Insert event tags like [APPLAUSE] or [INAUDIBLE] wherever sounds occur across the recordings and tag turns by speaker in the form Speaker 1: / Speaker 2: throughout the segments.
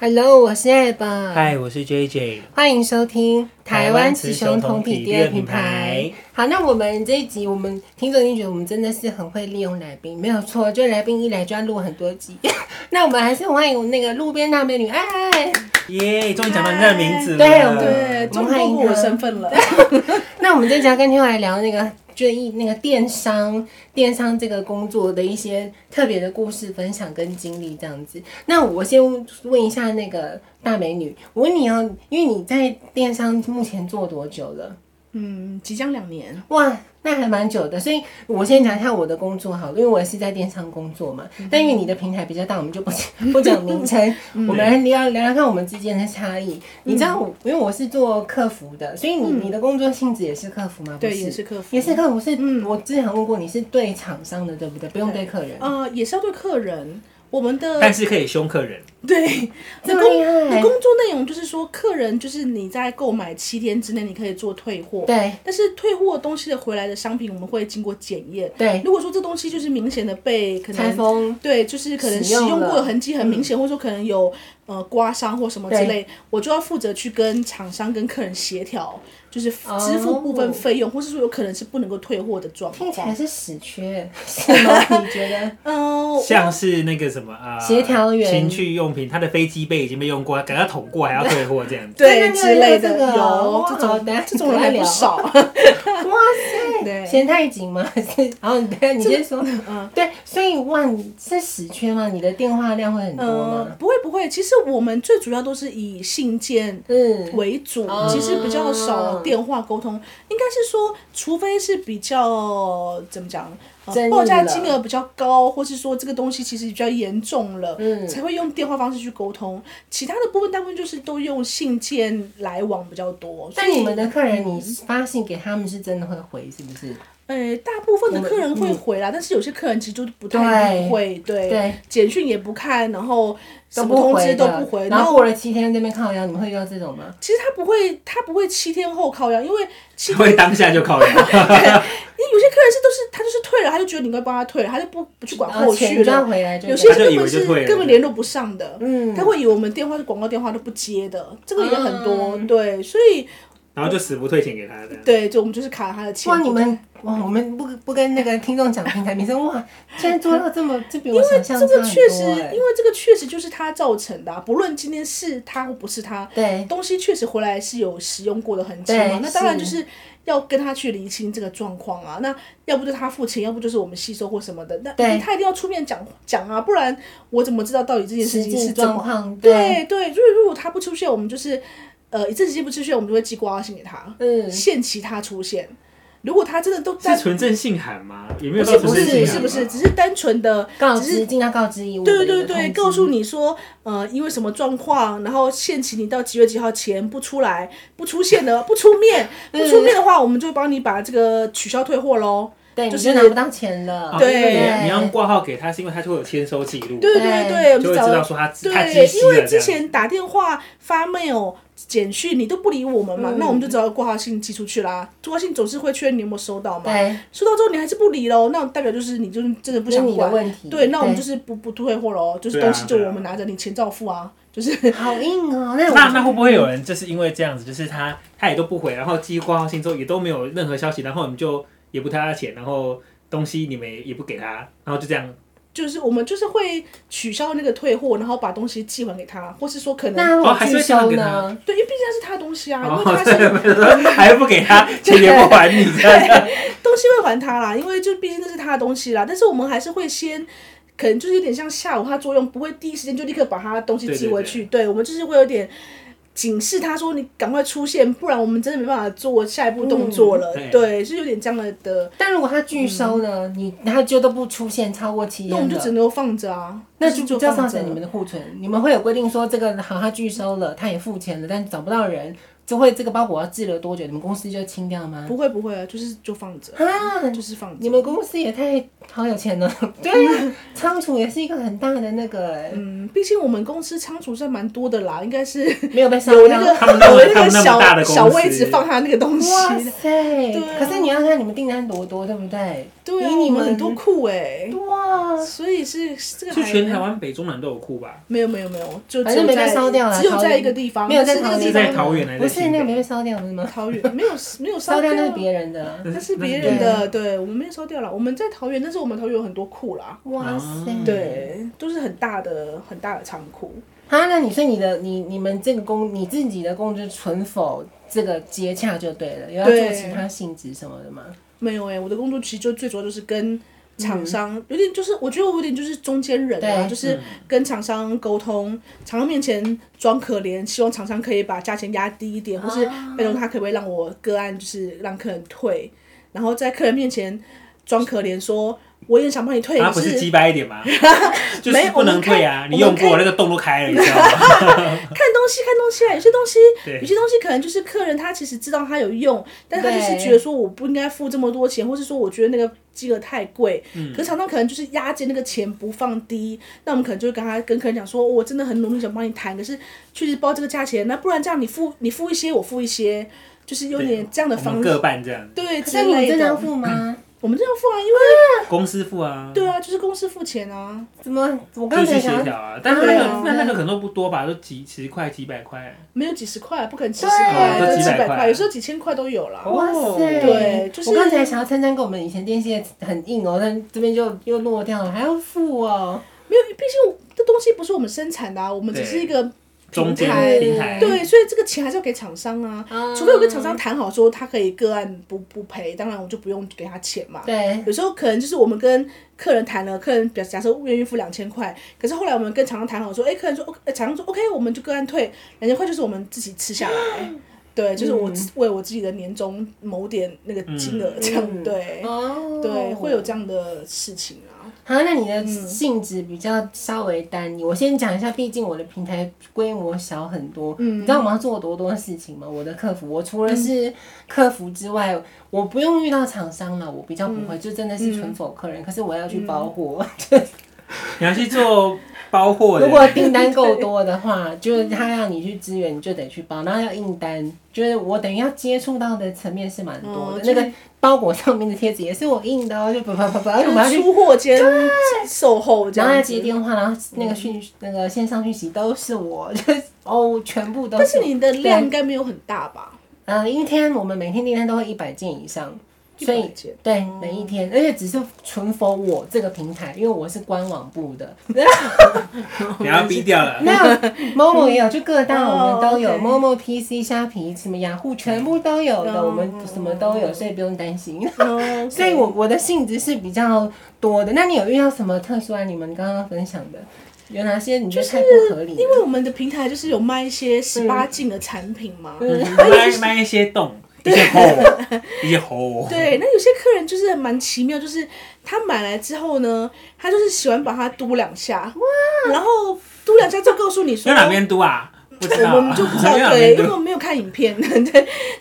Speaker 1: Hello，我是艾吧。
Speaker 2: 嗯
Speaker 3: 嗨，我是 JJ。
Speaker 1: 欢迎收听台湾雌雄同体第二品牌。好，那我们这一集，我们听众一定觉得我们真的是很会利用来宾，没有错，就来宾一来就要录很多集。 [LAUGHS] 那我们还是欢迎我们那个路边大美女爱。
Speaker 3: 耶，终于讲到你的名字了。
Speaker 1: 对我们
Speaker 2: 对，终于公布我的身份了。
Speaker 1: 那我们这集要跟天来聊那个。就一那个电商，电商这个工作的一些特别的故事分享跟经历这样子。那我先问一下那个大美女，我问你哦，因为你在电商目前做多久了？
Speaker 2: 嗯，即将两年。
Speaker 1: 哇，那还蛮久的。所以我先讲一下我的工作好了，因为我是在电商工作嘛。
Speaker 2: 嗯
Speaker 1: 但因为你的平台比较大，我们就不不讲 [LAUGHS] 名称，我们来聊聊聊看我们之间的差
Speaker 2: 嗯
Speaker 1: 异。你知道我，因为我是做客服的，所以你你的工作性质也是客服吗？不
Speaker 2: 对，也是嗯客服，
Speaker 1: 也是客服是，我之前问过你是对厂商的，对不对？不用对客人。
Speaker 2: 呃，也是要对客人。我们的
Speaker 3: 但是可以凶客人，
Speaker 2: [LAUGHS] 对
Speaker 1: 哎这
Speaker 2: 的
Speaker 1: 么
Speaker 2: 工
Speaker 1: 厉害
Speaker 2: 的工作内容就是说，客人就是你在购买七天之内，你可以做退货。
Speaker 1: 对
Speaker 2: 但是退货东西的回来的商品，我们会经过检验。
Speaker 1: 对，
Speaker 2: 如果说这东西就是明显的被可
Speaker 1: 台
Speaker 2: 能
Speaker 1: 风
Speaker 2: 对，就是可能
Speaker 1: 使
Speaker 2: 使
Speaker 1: 用
Speaker 2: 用过
Speaker 1: 了嗯
Speaker 2: 的痕迹很明显，或者说可能有呃刮伤或什么
Speaker 1: 对
Speaker 2: 之类，我就要负责去跟厂商跟客人协调，就是
Speaker 1: 哦
Speaker 2: 支付部分费用，或是说有可能是不能够退货的状
Speaker 1: 听起
Speaker 2: 况
Speaker 1: 来。是死
Speaker 2: [LAUGHS]
Speaker 1: 缺，是吗？你觉得？
Speaker 2: 嗯，
Speaker 3: 像是那个什么啊，
Speaker 1: 协调员
Speaker 3: 情趣用品，他的飞机杯已经被用过，给他捅
Speaker 2: [LAUGHS]
Speaker 3: 过还要退货这样子。
Speaker 1: 真的
Speaker 2: 对
Speaker 1: 你有
Speaker 2: 之类
Speaker 1: 用这
Speaker 2: 的，
Speaker 1: 个
Speaker 2: 有
Speaker 1: 哦
Speaker 2: 这
Speaker 1: 好
Speaker 2: 种
Speaker 1: 的
Speaker 2: 这种人还不少。
Speaker 1: [LAUGHS] 哇塞，
Speaker 2: 对
Speaker 1: 嫌太紧吗？ [LAUGHS] 还是然后你你先说，
Speaker 2: 嗯
Speaker 1: 对，所以哇，你是死缺吗？你的电话量会很多
Speaker 2: 呃
Speaker 1: 吗？，
Speaker 2: 不会不会，其实我们最主要都是以信件
Speaker 1: 嗯，
Speaker 2: 为主
Speaker 1: 哦，
Speaker 2: 其实比较少电话沟通，应该是说，除非是比较怎么讲，
Speaker 1: 争议
Speaker 2: 呃、报价
Speaker 1: 了
Speaker 2: 金额比较高，或是说这个东西其实比较严重了，
Speaker 1: 嗯
Speaker 2: 才会用电话方式去沟通。其他的部分大部分就是都用信件来往比较多。所
Speaker 1: 但
Speaker 2: 以
Speaker 1: 你们的客人，你发信给他们是真的会回，是不是？
Speaker 2: 呃，大部分的客人会回啦，但是有些客人其实就是不太理会，对，
Speaker 1: 对
Speaker 2: 简讯也不看，然后什
Speaker 1: 都
Speaker 2: 么
Speaker 1: 不
Speaker 2: 通知
Speaker 1: 回
Speaker 2: 都
Speaker 1: 的，
Speaker 2: 不回，
Speaker 1: 然后过了七天那边靠腰，你们会遇到这种吗？
Speaker 2: 其实他不会，他不会七天后靠样，因为七
Speaker 3: 他会当下就靠人，
Speaker 2: [LAUGHS] 因为有些客人是都是他就是退了，他就觉得你应该帮他退了，他就不不去管
Speaker 1: 然后
Speaker 2: 后
Speaker 1: 钱
Speaker 2: 续
Speaker 1: 赚
Speaker 2: 了。
Speaker 1: 回来就
Speaker 2: 有些
Speaker 3: 他就
Speaker 2: 根
Speaker 3: 以
Speaker 2: 本
Speaker 3: 为就是退了
Speaker 2: 根本联络不上的，
Speaker 1: 嗯
Speaker 2: 他会以为我们电话是广告电话都不接的，这个也很多。
Speaker 1: 嗯
Speaker 2: 对，所以
Speaker 3: 然后就死不退钱给他的。
Speaker 2: 对，就我们就是卡他的钱。
Speaker 1: 哇，你们哇，我们不不跟那个听众讲平台名称哇，现在做到这么，这比我想象
Speaker 2: 这
Speaker 1: 差
Speaker 2: 个
Speaker 1: 很
Speaker 2: 确实，
Speaker 1: 多、
Speaker 2: 因
Speaker 1: 欸。
Speaker 2: 为这个确实就是他造成的啊、不论今天是他或不是他，
Speaker 1: 对，
Speaker 2: 东西确实回来是有使用过的痕迹
Speaker 1: 对
Speaker 2: 嘛，那当然
Speaker 1: 是
Speaker 2: 就是要跟他去厘清这个状况啊。那要不就他付钱，要不就是我们吸收或什么的。那
Speaker 1: 对
Speaker 2: 他一定要出面讲讲啊，不然我怎么知道到底这件事
Speaker 1: 实
Speaker 2: 情是
Speaker 1: 际
Speaker 2: 怎
Speaker 1: 状
Speaker 2: 么？
Speaker 1: 况对，
Speaker 2: 对对，就是如果他不出现，我们就是呃一阵子不出现，我们就会寄挂号信给他，
Speaker 1: 嗯，
Speaker 2: 限期他出现。如果他真的都在
Speaker 3: 是，纯正信函吗？有没有
Speaker 2: 不
Speaker 3: 到
Speaker 2: 是
Speaker 3: 纯
Speaker 2: 不
Speaker 3: 正
Speaker 2: 是
Speaker 3: 信函吗？
Speaker 2: 不是不是，只是单纯的
Speaker 1: 告
Speaker 2: 只是
Speaker 1: 知尽量告知义务的一
Speaker 2: 对
Speaker 1: 个通
Speaker 2: 对
Speaker 1: 知。
Speaker 2: 对，告诉你说，呃，因为什么状况，然后限期你到几月几号前不出来、不出现 [LAUGHS] 的、不出面、不出面的话，我们就帮你把这个取消退货喽。
Speaker 1: 对，
Speaker 2: 就
Speaker 1: 你
Speaker 2: 是
Speaker 1: 就拿不到钱了。
Speaker 3: 哦
Speaker 2: 对
Speaker 3: 因为你要用挂号给他，是因为他就会有签收记录，
Speaker 1: 对
Speaker 2: 对对对，我们
Speaker 3: 就会知
Speaker 2: 找
Speaker 3: 道
Speaker 2: 到
Speaker 3: 说他他积，
Speaker 2: 对
Speaker 3: 息
Speaker 2: 因
Speaker 3: 了
Speaker 2: 为
Speaker 3: 这
Speaker 2: 之
Speaker 3: 样。
Speaker 2: 前打电话、发 mail、简讯你都不理我们
Speaker 3: 嗯
Speaker 2: 嘛，那我们就只好挂号信寄出去啦。挂号信总是会确认你有没有收到嘛，
Speaker 1: 对，
Speaker 2: 收到之后你还是不理喽，那代表就是你就是真的不
Speaker 1: 这是
Speaker 2: 想
Speaker 1: 你的
Speaker 2: 管。
Speaker 1: 问题。
Speaker 2: 对，那我们就是不不退货喽，就是东西
Speaker 3: 对
Speaker 2: 就
Speaker 3: 啊对啊
Speaker 2: 我们拿着，你钱照付啊，就是。 [LAUGHS]
Speaker 1: 好硬哦。那
Speaker 3: 那
Speaker 1: 我
Speaker 3: 那会不会有人就是因为这样子，就是他他也都不回，然后寄挂号信之后也都没有任何消息，然后你们就也不退他钱，然后东西你们也也不给他，然后就这样
Speaker 2: 就是我们就是会取消那个退货，然后把东西寄还给他，或是说可能
Speaker 1: 那我
Speaker 3: 哦还是
Speaker 1: 拒
Speaker 3: 会这样
Speaker 1: 收
Speaker 3: 给
Speaker 1: 呢
Speaker 3: 他？
Speaker 2: 对，因为毕竟它是他的东西啊，因
Speaker 3: 哦
Speaker 2: 为
Speaker 3: [LAUGHS]
Speaker 2: 他是
Speaker 3: 还不给
Speaker 2: [LAUGHS]
Speaker 3: 他钱也不还你这样子。
Speaker 2: 东西会还他啦，因为就毕竟那是他的东西啦，但是我们还是会先。可能就是有点像下午他作用，不会第一时间就立刻把他东西寄回去。对我们就是会有点警示他说你赶快出现，不然我们真的没办法做下一步动作了。
Speaker 3: 嗯对
Speaker 2: 对，是有点这样的的，
Speaker 1: 但如果他拒收呢，你他就都不出现超过七
Speaker 2: 嗯那我
Speaker 1: 天
Speaker 2: 们就
Speaker 1: 了。
Speaker 2: 只能够放着啊。
Speaker 1: 那
Speaker 2: 是
Speaker 1: 就
Speaker 2: 就
Speaker 1: 就要
Speaker 2: 放
Speaker 1: 造
Speaker 2: 着
Speaker 1: 成你们的库存，你们会有规定说这个好，他拒收了，他也付钱了，但找不到人，就会这个包裹要滞留多久，你们公司就清掉吗？
Speaker 2: 不会不会，就是就放着，
Speaker 1: 啊，
Speaker 2: 就是放
Speaker 1: 你
Speaker 2: 着。
Speaker 1: 们公司也太好有钱了，对呀、啊，仓储也是一个很大的那个、欸，
Speaker 2: 嗯，毕竟我们公司仓储算蛮多的啦，应
Speaker 1: [LAUGHS]
Speaker 2: 该是
Speaker 1: 没有被烧
Speaker 2: 有
Speaker 1: 掉
Speaker 2: 那个。
Speaker 3: 他们那么
Speaker 2: 有
Speaker 3: 他
Speaker 2: 那个
Speaker 3: 们那么
Speaker 2: 小
Speaker 3: 大的公司
Speaker 2: 小位置放他那个东西。
Speaker 1: 哇塞！
Speaker 2: 啊
Speaker 1: 可是你要看你们订单多多，对不对？
Speaker 2: 对啊，
Speaker 1: 以你
Speaker 2: 我们
Speaker 1: 们
Speaker 2: 很多库哎，
Speaker 1: 哇，
Speaker 2: 所以是这个
Speaker 3: 是
Speaker 2: 还
Speaker 3: 全台湾北中南都有库吧？
Speaker 2: 没有没有没有，就
Speaker 1: 反
Speaker 2: 只
Speaker 1: 正
Speaker 2: 有
Speaker 1: 没被
Speaker 2: 在
Speaker 1: 烧掉啦
Speaker 2: 只有
Speaker 1: 桃
Speaker 2: 在
Speaker 1: 园
Speaker 2: 一个地方，
Speaker 1: 没有在
Speaker 2: 是那
Speaker 1: 桃
Speaker 2: 个
Speaker 1: 园
Speaker 3: 是
Speaker 2: 地
Speaker 3: 在
Speaker 2: 方
Speaker 3: 桃园还
Speaker 1: 不
Speaker 3: 在
Speaker 1: 是
Speaker 3: 新
Speaker 1: 那
Speaker 3: 北
Speaker 1: 个没被烧掉的吗？
Speaker 2: 桃园没有没有
Speaker 1: [LAUGHS] 烧
Speaker 2: 烧
Speaker 1: 掉那是
Speaker 2: 啊
Speaker 1: 别人的。
Speaker 2: 那是别
Speaker 3: 那
Speaker 2: 人的，对我们没有烧掉了。我们在桃园，但是我们桃园有很多库啦，
Speaker 1: 哇塞！
Speaker 3: 嗯
Speaker 2: 对，都是很大的很大的仓库。
Speaker 1: 啊，那你说你的你你们这个工你自己的工就是纯否这个接洽就对了，有要做
Speaker 2: 对
Speaker 1: 其他性质什么的吗？
Speaker 2: 没有哎、我的工作其实就最主要就是跟厂商，
Speaker 3: 嗯
Speaker 2: 有点就是我觉得我有点就是中间人啊，
Speaker 1: 对
Speaker 2: 就是跟厂商沟通，厂商面前装可怜，希望厂商可以把价钱压低一点，
Speaker 3: 啊
Speaker 2: 或是拜托他可不可以让我个案就是让客人退，然后在客人面前装可怜说。我也想帮你退，
Speaker 3: 啊，不
Speaker 2: 可
Speaker 3: 是
Speaker 2: 是
Speaker 3: 鸡掰一点吗？
Speaker 2: [LAUGHS]
Speaker 3: 就
Speaker 2: 没
Speaker 3: 是
Speaker 2: 有
Speaker 3: 不能退
Speaker 2: 我们
Speaker 3: 啊！
Speaker 2: 看
Speaker 3: 你用
Speaker 2: 我
Speaker 3: 过
Speaker 2: 们
Speaker 3: 那个洞都开了，你知道吗？
Speaker 2: 看东西看东西啊，有些东西
Speaker 3: 对
Speaker 2: 有些东西可能就是客人他其实知道他有用，但是他就是觉得说我不应该付这么多钱，或是说我觉得那个金额太贵。可是厂商可能就是压着那个钱不放低，那我们可能就会跟他跟客人讲说，哦我真的很努力想帮你谈，可是确实报这个价钱，那不然这样你付你付一些，我付一些，就是有点 [LAUGHS] 这样的
Speaker 3: 我们
Speaker 2: 方
Speaker 3: 各
Speaker 2: 式。
Speaker 3: 半这样，
Speaker 2: 对，之
Speaker 1: 那你们
Speaker 2: 类
Speaker 1: 真哎的要
Speaker 2: 的，
Speaker 1: 付吗？
Speaker 2: 我们这样付啊，因为
Speaker 3: 公司付啊，
Speaker 2: 对啊，就是公司付钱啊，
Speaker 1: [LAUGHS] 怎么？我
Speaker 3: 就
Speaker 1: 刚
Speaker 3: 去
Speaker 1: 才
Speaker 3: 协
Speaker 1: 想
Speaker 3: 调啊。但是那
Speaker 1: 对
Speaker 3: 个
Speaker 1: 啊
Speaker 3: 那那个可能都不多吧，都几十块、几百块。
Speaker 2: 没有几十块，不可能几十
Speaker 1: 对
Speaker 2: 块，
Speaker 1: 都
Speaker 2: 都
Speaker 1: 几
Speaker 2: 几
Speaker 1: 百
Speaker 2: 百
Speaker 3: 块
Speaker 2: 块，有时候几千块都有啦。
Speaker 1: 哇塞！
Speaker 2: 对就是
Speaker 1: 我刚才想要参参跟我们以前电线很硬哦，但这边就又落掉了，还要付哦。
Speaker 2: 没有，毕竟这东西不是我们生产的、啊，我们只是一个
Speaker 3: 中间
Speaker 2: 台
Speaker 3: 平台
Speaker 2: 对，所以这个钱还是要给厂商啊。
Speaker 1: 嗯
Speaker 2: 除非我跟厂商谈好说他可以个案不不赔，当然我就不用给他钱嘛。
Speaker 1: 对，
Speaker 2: 有时候可能就是我们跟客人谈了，客人比假设愿意付两千块，可是后来我们跟厂商谈好说，哎、客人说 OK，厂商说 OK，我们就个案退两千块，就是我们自己吃下来。对，就是我自、为我自己的年终某点那个金额这样，
Speaker 1: 嗯
Speaker 2: 对、
Speaker 1: 哦
Speaker 2: 对，会有这样的事情啊。
Speaker 1: 好，那你的性质比较稍微单一。我先讲一下，毕竟我的平台规模小很多。
Speaker 2: 嗯
Speaker 1: 你知道我们要做多多事情吗？我的客服，我除了是客服之外，我不用遇到厂商了，我比较
Speaker 2: 嗯
Speaker 1: 不会，就真的是纯否客人。可是我要去包货，
Speaker 3: 你要去做包货的，
Speaker 1: 如果订单够多的话，就是他要你去支援，你就得去包，然后要印单，就是我等于要接触到的层面是蛮多的。
Speaker 2: 哦
Speaker 1: 那个包裹上面的贴纸也是我印的哦，就叭叭叭叭，而且我们要
Speaker 2: 就
Speaker 1: 去
Speaker 2: 是出货兼售后这
Speaker 1: 然后要
Speaker 2: 样
Speaker 1: 接
Speaker 2: 子。
Speaker 1: 电话，然后那个讯、那个线上讯息都是我， [LAUGHS] 就是哦，全部都
Speaker 2: 但是
Speaker 1: 我
Speaker 2: 你的量应该没有很大吧？
Speaker 1: 呃，一天我们每天订单都会一百件以上，所
Speaker 2: 100
Speaker 1: 以
Speaker 2: 件
Speaker 1: 对每一天，而且只是纯否我这个平台，因为我是官网部 [LAUGHS] 的，
Speaker 3: 你要逼掉了。
Speaker 1: 那 Momo 也有，就各大我们都有、
Speaker 2: 哦，OK
Speaker 1: Momo、PC、虾皮什么雅虎全部都有的，
Speaker 2: 哦
Speaker 1: 我们什么都有，所以不用担心。
Speaker 2: 哦，
Speaker 1: 所以我我的性质是比较多的。那你有遇到什么特殊案例吗？你刚刚分享的有哪些你觉得太不合理了？
Speaker 2: 因为我们的平台就是有卖一些十八禁的产品嘛。
Speaker 3: 嗯卖卖一些
Speaker 2: [LAUGHS]
Speaker 3: 洞，一些货，一些货。
Speaker 2: 对，那有些客人就是蛮奇妙，就是他买来之后呢，他就是喜欢把它嘟两下，然后嘟两下就告诉你说
Speaker 3: 要哪边嘟啊？不知道啊，
Speaker 2: 我们就不知道
Speaker 3: 要哪
Speaker 2: 对，
Speaker 3: 边
Speaker 2: 因
Speaker 3: 嘟
Speaker 2: 为我们没有看影片， [LAUGHS] 对，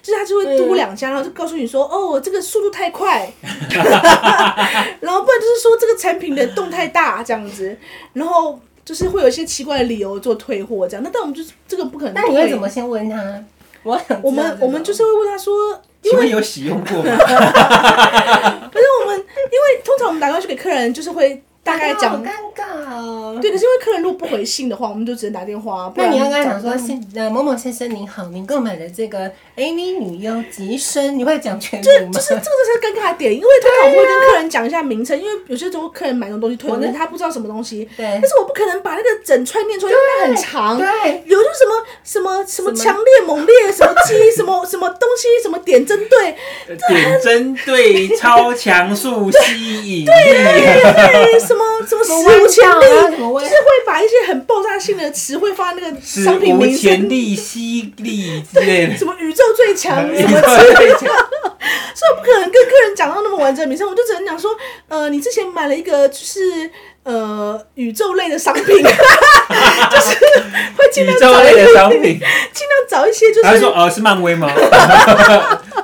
Speaker 2: 就是他就会嘟两下，然后就告诉你说，哦，这个速度太快， [LAUGHS] 然后不然就是说这个产品的动太大这样子，然后就是会有一些奇怪的理由做退货这样，那但我们就是这个不可能
Speaker 1: 那
Speaker 2: 退。
Speaker 1: 你会怎么先问他？我想知道
Speaker 2: 我们
Speaker 1: 这个
Speaker 2: 我们就是会问他说，
Speaker 3: 请
Speaker 2: 因为
Speaker 3: 问有使用过吗？
Speaker 2: 可是我们因为通常我们打电话去给客人，就是会大概
Speaker 1: 好
Speaker 2: 讲，
Speaker 1: 尴尬哦。
Speaker 2: 对，可是因为客人如果不回信的话，我们就只能打电话。啊不
Speaker 1: 那
Speaker 2: 然
Speaker 1: 你要跟他讲
Speaker 2: 找
Speaker 1: 说，
Speaker 2: 不到
Speaker 1: 先呃某某先生您好，您购买的这个 AV 女优吉生，你会讲全名吗
Speaker 2: 就？是
Speaker 1: [LAUGHS]
Speaker 2: 这个才是尴尬的点，因为通常我们会跟客人讲一下名称，因为有些时候客人买那种东西退
Speaker 1: 我
Speaker 2: 我
Speaker 1: 的
Speaker 2: 他不知道什么东西，
Speaker 1: 对
Speaker 2: 但是我不可能把那个整串念出来，因为那很长。
Speaker 1: 对，
Speaker 2: 有就是什么什么什么强烈、
Speaker 1: [LAUGHS]
Speaker 2: 猛烈、什么激、什么什么东西、什么点针对，
Speaker 3: 点针对超强速吸引力，
Speaker 2: 对什么什么
Speaker 1: 什么
Speaker 2: 史无前
Speaker 1: 弯道啊
Speaker 2: 例，
Speaker 1: 什么
Speaker 2: 就
Speaker 1: 弯
Speaker 2: 是会把一些很爆炸性的词汇放在那个
Speaker 3: 史
Speaker 2: 商品
Speaker 3: 无
Speaker 2: 名
Speaker 3: 前
Speaker 2: 称，
Speaker 3: 例吸力之类的。
Speaker 1: [LAUGHS]
Speaker 2: 什么宇宙最强，什么
Speaker 3: 对
Speaker 2: 所以我不可能跟客人讲到那么完整的名称，我就只能讲说，呃，你之前买了一个就是呃宇宙类的商品， [LAUGHS] 就是会尽
Speaker 3: 宇
Speaker 2: 量
Speaker 3: 宙
Speaker 2: 找一
Speaker 3: 类的
Speaker 2: 尽
Speaker 3: 商品，
Speaker 2: 量找一些就是
Speaker 3: 他
Speaker 2: 会
Speaker 3: 说哦是漫威吗？ [LAUGHS]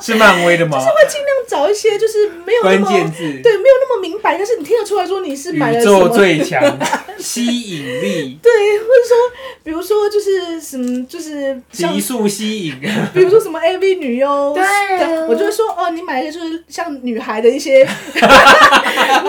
Speaker 3: 是漫威的吗？
Speaker 2: 尽量找一些就是没有那
Speaker 3: 关键
Speaker 2: 么
Speaker 3: 字
Speaker 2: 对没有那么明白，但是你听得出来说你是买了
Speaker 3: 宇
Speaker 2: 什么
Speaker 3: 宙最强吸引力
Speaker 2: 对，或者说比如说就是什么就是像
Speaker 3: 急速吸引，
Speaker 2: 比如说什么 AV 女优，
Speaker 1: 对啊
Speaker 2: 我就会说哦，你买一个就是像女孩的一些 [LAUGHS]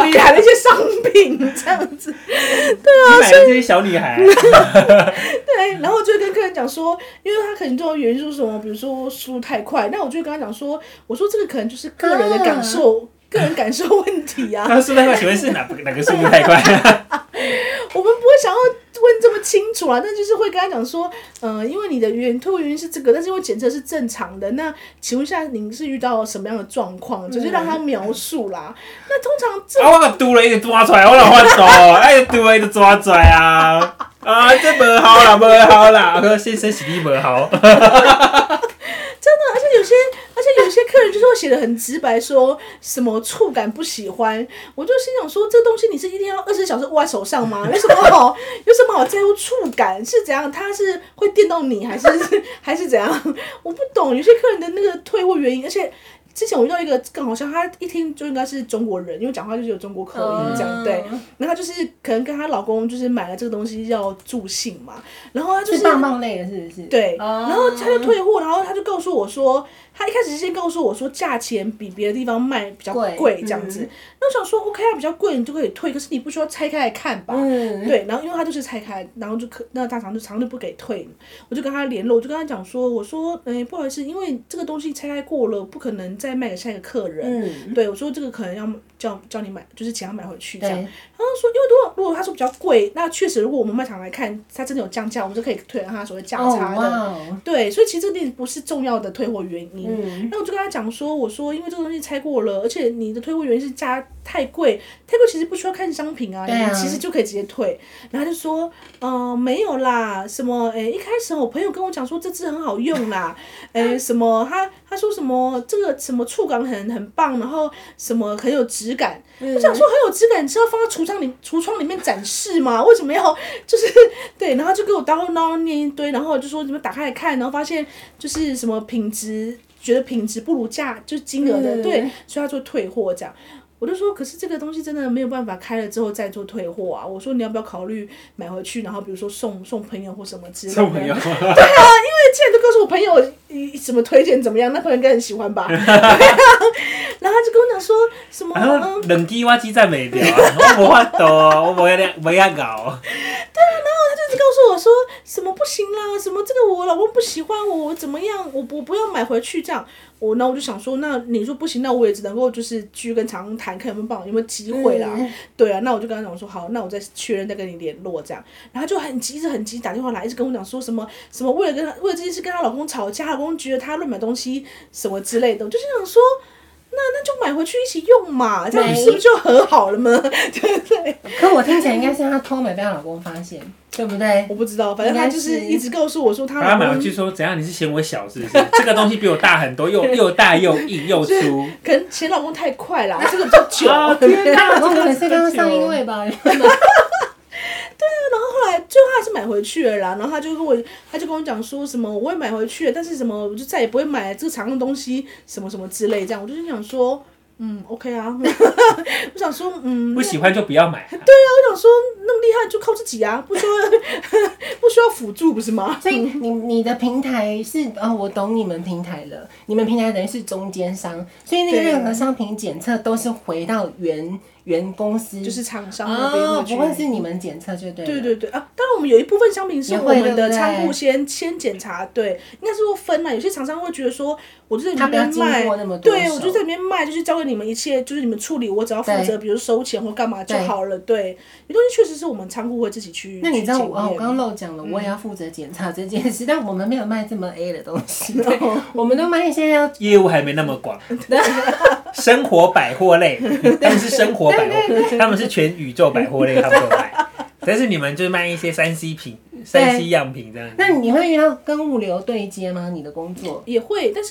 Speaker 2: 女孩的一些商品这样子，
Speaker 3: 你买了这些小女孩，
Speaker 2: 对，然后我就会跟客人讲说，因为他可能就有元素什么，比如说输入太快，那我就会跟他讲说，我说这个可能就是个人的感受。个人感受问题啊，
Speaker 3: 那速度太快，请问是哪哪个速度太快？ [LAUGHS] 啊
Speaker 2: 我们不会想要问这么清楚啊，但就是会跟他讲说，呃，因为你的原吐原因是这个，但是因为检测是正常的，那请问一下您是遇到什么样的状况？就是让他描述啦。那通常这
Speaker 3: 啊，我把堵了一直抓出来，我老换手，哎，堵了一直抓出来啊！啊，这不好啦，不好啦，我说先生洗地不好，
Speaker 2: 真的，而且有些，而且有些客人就是会写的很直白，说什么触感不喜欢，我就心想说，这东西你是一定要二十小时握在手上吗？有什么好，有什么好在乎触感是怎样？它是 [LAUGHS] 会电到你，还是还是怎样？我不懂，有些客人的那个退货原因，而且。之前我遇到一个更好笑，他一听就应该是中国人，因为讲话就是有中国口
Speaker 1: 啊
Speaker 2: 音
Speaker 1: 嗯
Speaker 2: 这样。对，然后她就是可能跟她老公就是买了这个东西要助兴嘛，然后她就
Speaker 1: 嗯
Speaker 2: 是
Speaker 1: 是棒棒类的，是不是？
Speaker 2: 对，
Speaker 1: 哦
Speaker 2: 然后他就退货，然后他就告诉我说，他一开始是先告诉我说价钱比别的地方卖比较
Speaker 1: 贵
Speaker 2: 贵这样子
Speaker 1: 嗯，
Speaker 2: 那我想说 OK 啊，比较贵你就可以退，可是你不需要拆开来看吧？
Speaker 1: 嗯，
Speaker 2: 对，然后因为他就是拆开，然后就可那大厂就常就不给退，我就跟他联络，我就跟他讲说，我说，哎、不好意思，因为这个东西拆开过了，不可能再卖给下一个客人。
Speaker 1: 嗯，
Speaker 2: 对，我说这个可能要叫叫你买，就是请他买回去这样。
Speaker 1: 对，
Speaker 2: 然后说，因为如果如果他说比较贵，那确实如果我们卖场来看，它真的有降价，我们就可以退让他所谓价
Speaker 1: 哦
Speaker 2: 差
Speaker 1: 哇
Speaker 2: 的。
Speaker 1: 哦，
Speaker 2: 对，所以其实这点不是重要的退货原因。
Speaker 1: 嗯，
Speaker 2: 那我就跟他讲说，我说因为这个东西拆过了，而且你的退货原因是价太贵，太贵其实不需要看商品啊，
Speaker 1: 对啊
Speaker 2: 你其实就可以直接退。然后他就说，呃，没有啦，什么，诶、一开始我朋友跟我讲说这支很好用啦，诶、什么，他他说什么这个什么触感很很棒，然后什么很有质感。我想说很有质感，你是要放到橱窗里橱窗里面展示吗？为什么要就是对？然后就给我叨叨念一堆，然后就说你们打开来看，然后发现就是什么品质，觉得品质不如价，就是金额的、
Speaker 1: 嗯
Speaker 2: 对，所以他做退货这样。我就说，可是这个东西真的没有办法开了之后再做退货啊！我说你要不要考虑买回去，然后比如说送送朋友或什么之类的。
Speaker 3: 送朋友，
Speaker 2: 既然都告诉我朋友嗯怎么推荐怎么样，那朋友应该很喜欢吧？对啊然后他就跟我讲说什
Speaker 3: [LAUGHS]
Speaker 2: 么，
Speaker 3: 然后
Speaker 2: 嗯，
Speaker 3: 冷机我鸡赞美掉，啊我无法度，我无要无要搞，
Speaker 2: 他就告诉我说什么不行啦，什么这个我老公不喜欢我，我怎么样，我我不要买回去这样。我那我就想说，那你说不行，那我也只能够就是去跟厂商谈，看有没有办法，有没有机会啦。
Speaker 1: 嗯
Speaker 2: 对啊，那我就跟他讲说，好，那我再确认再跟你联络这样。然后就很急，一直很急打电话来，一直跟我讲说什么什么为了跟她为了这件事跟她老公吵架，她老公觉得她乱买东西什么之类的，我就是想说。那那就买回去一起用嘛，这样
Speaker 1: 没
Speaker 2: 是不是就和好了吗？ [LAUGHS] 对不对？
Speaker 1: 可我听起来应该是她偷买被她老公发现，对不对？
Speaker 2: 我不知道，反正她就是一直告诉我说她
Speaker 3: 然后
Speaker 2: 老
Speaker 3: 买回
Speaker 2: 公
Speaker 3: 去说怎样？你是嫌我小是不是？这个东西比我大很多，又又大又硬又粗。
Speaker 2: 可能前老公太快啦，这个比较久。
Speaker 3: 哦
Speaker 2: [LAUGHS]
Speaker 3: 天哪！
Speaker 1: 我可能是刚刚上一位吧，
Speaker 2: 后来最后他还是买回去了啦，然后他就跟我，他就跟我讲说什么我会买回去，但是什么我就再也不会买这个常用东西，什么什么之类这样，我就是想说，嗯，OK 啊， [LAUGHS] 我想说，嗯，
Speaker 3: 不
Speaker 2: 那
Speaker 3: 喜欢就不要买。
Speaker 2: 我想说那么厉害就靠自己啊，不需要 [LAUGHS] 不需要辅助不是吗？
Speaker 1: 所以你你的平台是哦，我懂你们平台了。你们平台等于是中间商，所以那个
Speaker 2: 对
Speaker 1: 任何商品检测都是回到原原公司，
Speaker 2: 就是厂商那边
Speaker 1: 哦
Speaker 2: 会，去
Speaker 1: 不会是你们检测就对了。
Speaker 2: 对对对啊！当然，我们有一部分商品是我
Speaker 1: 也会对
Speaker 2: 们
Speaker 1: 不
Speaker 2: 的
Speaker 1: 对
Speaker 2: 仓库先先检查，对，应该是说分啊嘛。有些厂商会觉得说，我就在
Speaker 1: 他
Speaker 2: 里
Speaker 1: 不要
Speaker 2: 面
Speaker 1: 经
Speaker 2: 卖
Speaker 1: 过那么，多
Speaker 2: 对
Speaker 1: 手
Speaker 2: 我就在里面卖，就是交给你们一切，就是你们处理，我只要负责，比如收钱或干嘛就
Speaker 1: 对
Speaker 2: 好了。对，有东西确实是我们仓库会自己去。
Speaker 1: 那你
Speaker 2: 去
Speaker 1: 知道
Speaker 2: 检
Speaker 1: 我、哦、
Speaker 2: 验嗯
Speaker 1: 我刚刚漏讲了，我也要负责检查这件事，但我们没有卖这么 A 的东
Speaker 2: [LAUGHS]
Speaker 1: 西，对我们都卖一些要
Speaker 3: 业务还没那么广，生活百货类，
Speaker 2: [LAUGHS]
Speaker 3: 他们是生活百货，他们是全宇宙百货类，他们都卖。但是你们就卖一些三 C 品、三 C 样品这样子。
Speaker 1: 那你会遇到跟物流对接吗？你的工作
Speaker 2: 也会，但是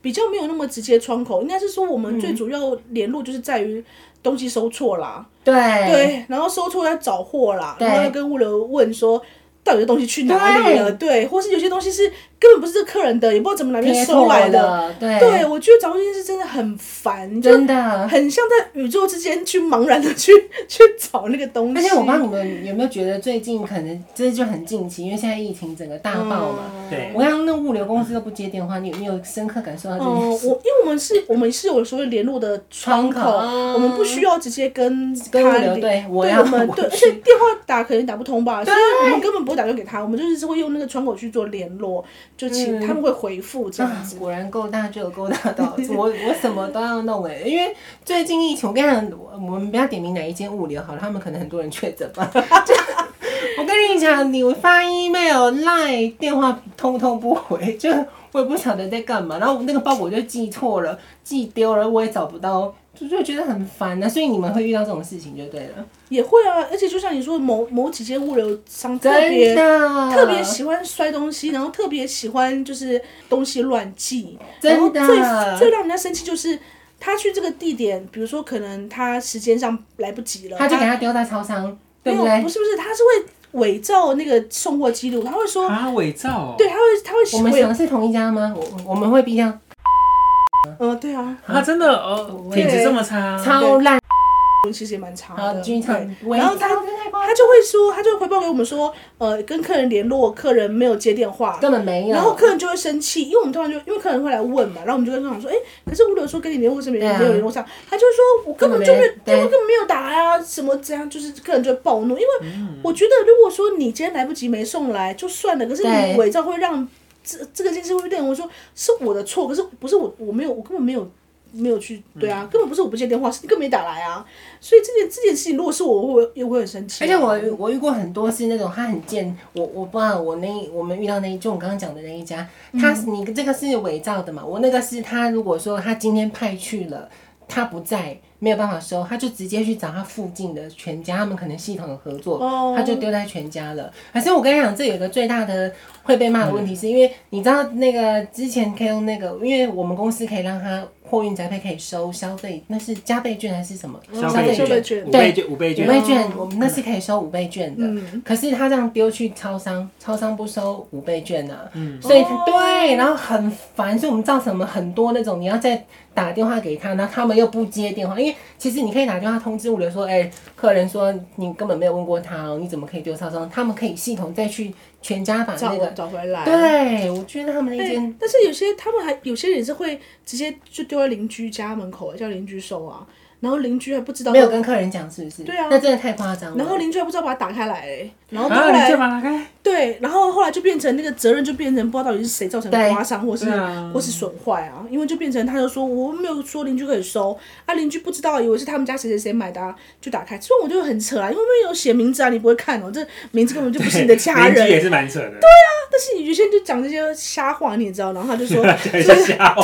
Speaker 2: 比较没有那么直接窗口，应该是说我
Speaker 1: 嗯
Speaker 2: 们最主要联络就是在于东西收错啦，
Speaker 1: 对
Speaker 2: 对，然后收错要找货啦，
Speaker 1: 对
Speaker 2: 然后要跟物流问说。到底的东西去哪里了？对，或是有些东西是根本不是这客人的，也不知道怎么哪边
Speaker 1: 贴
Speaker 2: 收
Speaker 1: 错
Speaker 2: 来的。
Speaker 1: 了，对
Speaker 2: 对，我觉得找货这件事真的很烦，就
Speaker 1: 真的。
Speaker 2: 很像在宇宙之间去茫然的去 [LAUGHS] 去找那个东
Speaker 1: 而
Speaker 2: 西。
Speaker 1: 且我不知道你们有没有觉得最近可能这就很近期，因为现在疫情整个大爆嘛。
Speaker 2: 嗯
Speaker 3: 对
Speaker 1: 我刚刚那物流公司都不接电话，你有你有深刻感受到这
Speaker 2: 哦
Speaker 1: 件，
Speaker 2: 我
Speaker 1: 事？
Speaker 2: 因为我们是我们是有所谓联络的窗口，
Speaker 1: 窗口啊
Speaker 2: 我们不需要直接跟
Speaker 1: 跟
Speaker 2: 他
Speaker 1: 物流
Speaker 2: 联
Speaker 1: 对，我
Speaker 2: 对
Speaker 1: 要
Speaker 2: 我们对，而且电话打可能打不通吧，所以我们根本不会打电话给他，我们就是会用那个窗口去做联络，就
Speaker 1: 嗯
Speaker 2: 请、他们会回复这样
Speaker 1: 啊
Speaker 2: 子。
Speaker 1: 果然够大就有够大道，
Speaker 2: [LAUGHS]
Speaker 1: 我我什么都要弄哎、因为最近疫情，我跟你讲，我我们不要点名哪一间物流好了，他们可能很多人确诊吧。 [LAUGHS] 就我跟你讲，你发 email、line、电话通通不回，就我也不晓得在干嘛。然后我那个包裹就寄错了，寄丢了，我也找不到，就就觉得很烦呐、所以你们会遇到这种事情就对了，
Speaker 2: 也会啊，而且就像你说，某某几间物流商特
Speaker 1: 真
Speaker 2: 别
Speaker 1: 的
Speaker 2: 特别喜欢摔东西，然后特别喜欢就是东西乱寄，然后
Speaker 1: 真
Speaker 2: 最
Speaker 1: 的，
Speaker 2: 最让人家生气就是他去这个地点，比如说可能他时间上来不及了，
Speaker 1: 他就给他丢在超商，对
Speaker 2: 没
Speaker 1: 不
Speaker 2: 有
Speaker 1: 对？
Speaker 2: 不是不是，他是会伪造那个送货记录，他会说，
Speaker 3: 啊，伪造哦，
Speaker 2: 对，他会他会
Speaker 1: 我们
Speaker 2: 伪
Speaker 1: 想的是同一家吗？我我们会逼样
Speaker 2: 嗯、对啊，
Speaker 3: 啊，真的哦，
Speaker 1: 对
Speaker 3: 品质这么差，
Speaker 1: 超烂。
Speaker 2: 我们其实也蛮差
Speaker 1: 好，
Speaker 2: 的，
Speaker 1: 剧场
Speaker 2: 对，
Speaker 1: 微
Speaker 2: 然后
Speaker 1: 操
Speaker 2: 他
Speaker 1: 真太夸
Speaker 2: 他就会说，他就会回报给我们说，呃，跟客人联络，客人没有接电话
Speaker 1: 张，根本没有。
Speaker 2: 然后客人就会生气，因为我们通常就因为客人会来问嘛，然后我们就跟客人说，哎、可是物流说跟你联络是没
Speaker 1: 对啊
Speaker 2: 没有联络上，他就会说我根本就没有
Speaker 1: 根本没对
Speaker 2: 电话根本没有打呀，什么怎样，就是客人就会暴怒，因为
Speaker 1: 嗯
Speaker 2: 我觉得如果说你今天来不及没送来就算了，可是
Speaker 1: 对
Speaker 2: 你伪造会让这这个件事会让我说是我的错，可是不是我我没有我根本没有。没有去，对
Speaker 1: 嗯
Speaker 2: 啊，根本不是我不接电话，是你根本没打来啊。所以这件这件事情，如果是我，我会也会很生气啊、
Speaker 1: 而且我遇我遇过很多是那种他很贱，我我不知道我那一我们遇到那一就我刚刚讲的那一家，他是你这个是伪造的嘛？我那个是他如果说他今天派去了，他不在没有办法收，他就直接去找他附近的全家，他们可能系统有合作，
Speaker 2: 哦
Speaker 1: 他就丢在全家了。可是我跟你讲，这有一个最大的会被骂的问题，是因为你知道那个之前可以用那个，因为我们公司可以让他货运宅配可以收消费，那是加倍券还是什么？
Speaker 3: 消
Speaker 2: 费
Speaker 1: 券
Speaker 2: 券。
Speaker 3: 券，五
Speaker 1: 对
Speaker 3: 倍券，五倍
Speaker 1: 五
Speaker 3: 券，
Speaker 1: 倍券，我们那是可以收五倍券的，
Speaker 2: 嗯
Speaker 1: 可是他这样丢去超商，超商不收五倍券呢、啊，
Speaker 3: 嗯
Speaker 1: 所以他
Speaker 2: 哦
Speaker 1: 对，然后很烦，所以我们造成我们很多那种你要再打电话给他，然后他们又不接电话，因为其实你可以打电话通知物流说，哎、客人说你根本没有问过他哦，你怎么可以丢超商？他们可以系统再去全家把
Speaker 2: 找
Speaker 1: 那个，
Speaker 2: 找回来。
Speaker 1: 对我觉得他们那
Speaker 2: 对
Speaker 1: 间，
Speaker 2: 但是有些他们还有些人也是会直接就丢在邻居家门口，叫邻居收啊，然后邻居还不知道，
Speaker 1: 没有跟客人讲是不是？
Speaker 2: 对啊
Speaker 1: 那真的太夸张了。
Speaker 2: 然后邻居还不知道把它打开来、欸，然后就
Speaker 3: 啊，
Speaker 2: 后
Speaker 3: 你
Speaker 2: 来、
Speaker 3: 再把它打开，
Speaker 2: 对，然后后来就变成那个责任就变成不知道到底是谁造成的
Speaker 1: 对
Speaker 2: 刮伤或是、
Speaker 3: 对啊
Speaker 2: 或是损坏啊，因为就变成他就说我没有说邻居可以收，啊邻居不知道以为是他们家谁谁谁买的、啊，就打开，所以我就很扯啊，因为没有写名字啊，你不会看哦、这名字根本就不是你的家
Speaker 3: 邻居也
Speaker 2: 人，
Speaker 3: 是蛮扯的，对
Speaker 2: 但是你有些人就讲这些瞎话，你也知道，然后他就说
Speaker 3: 对，在哦吓我，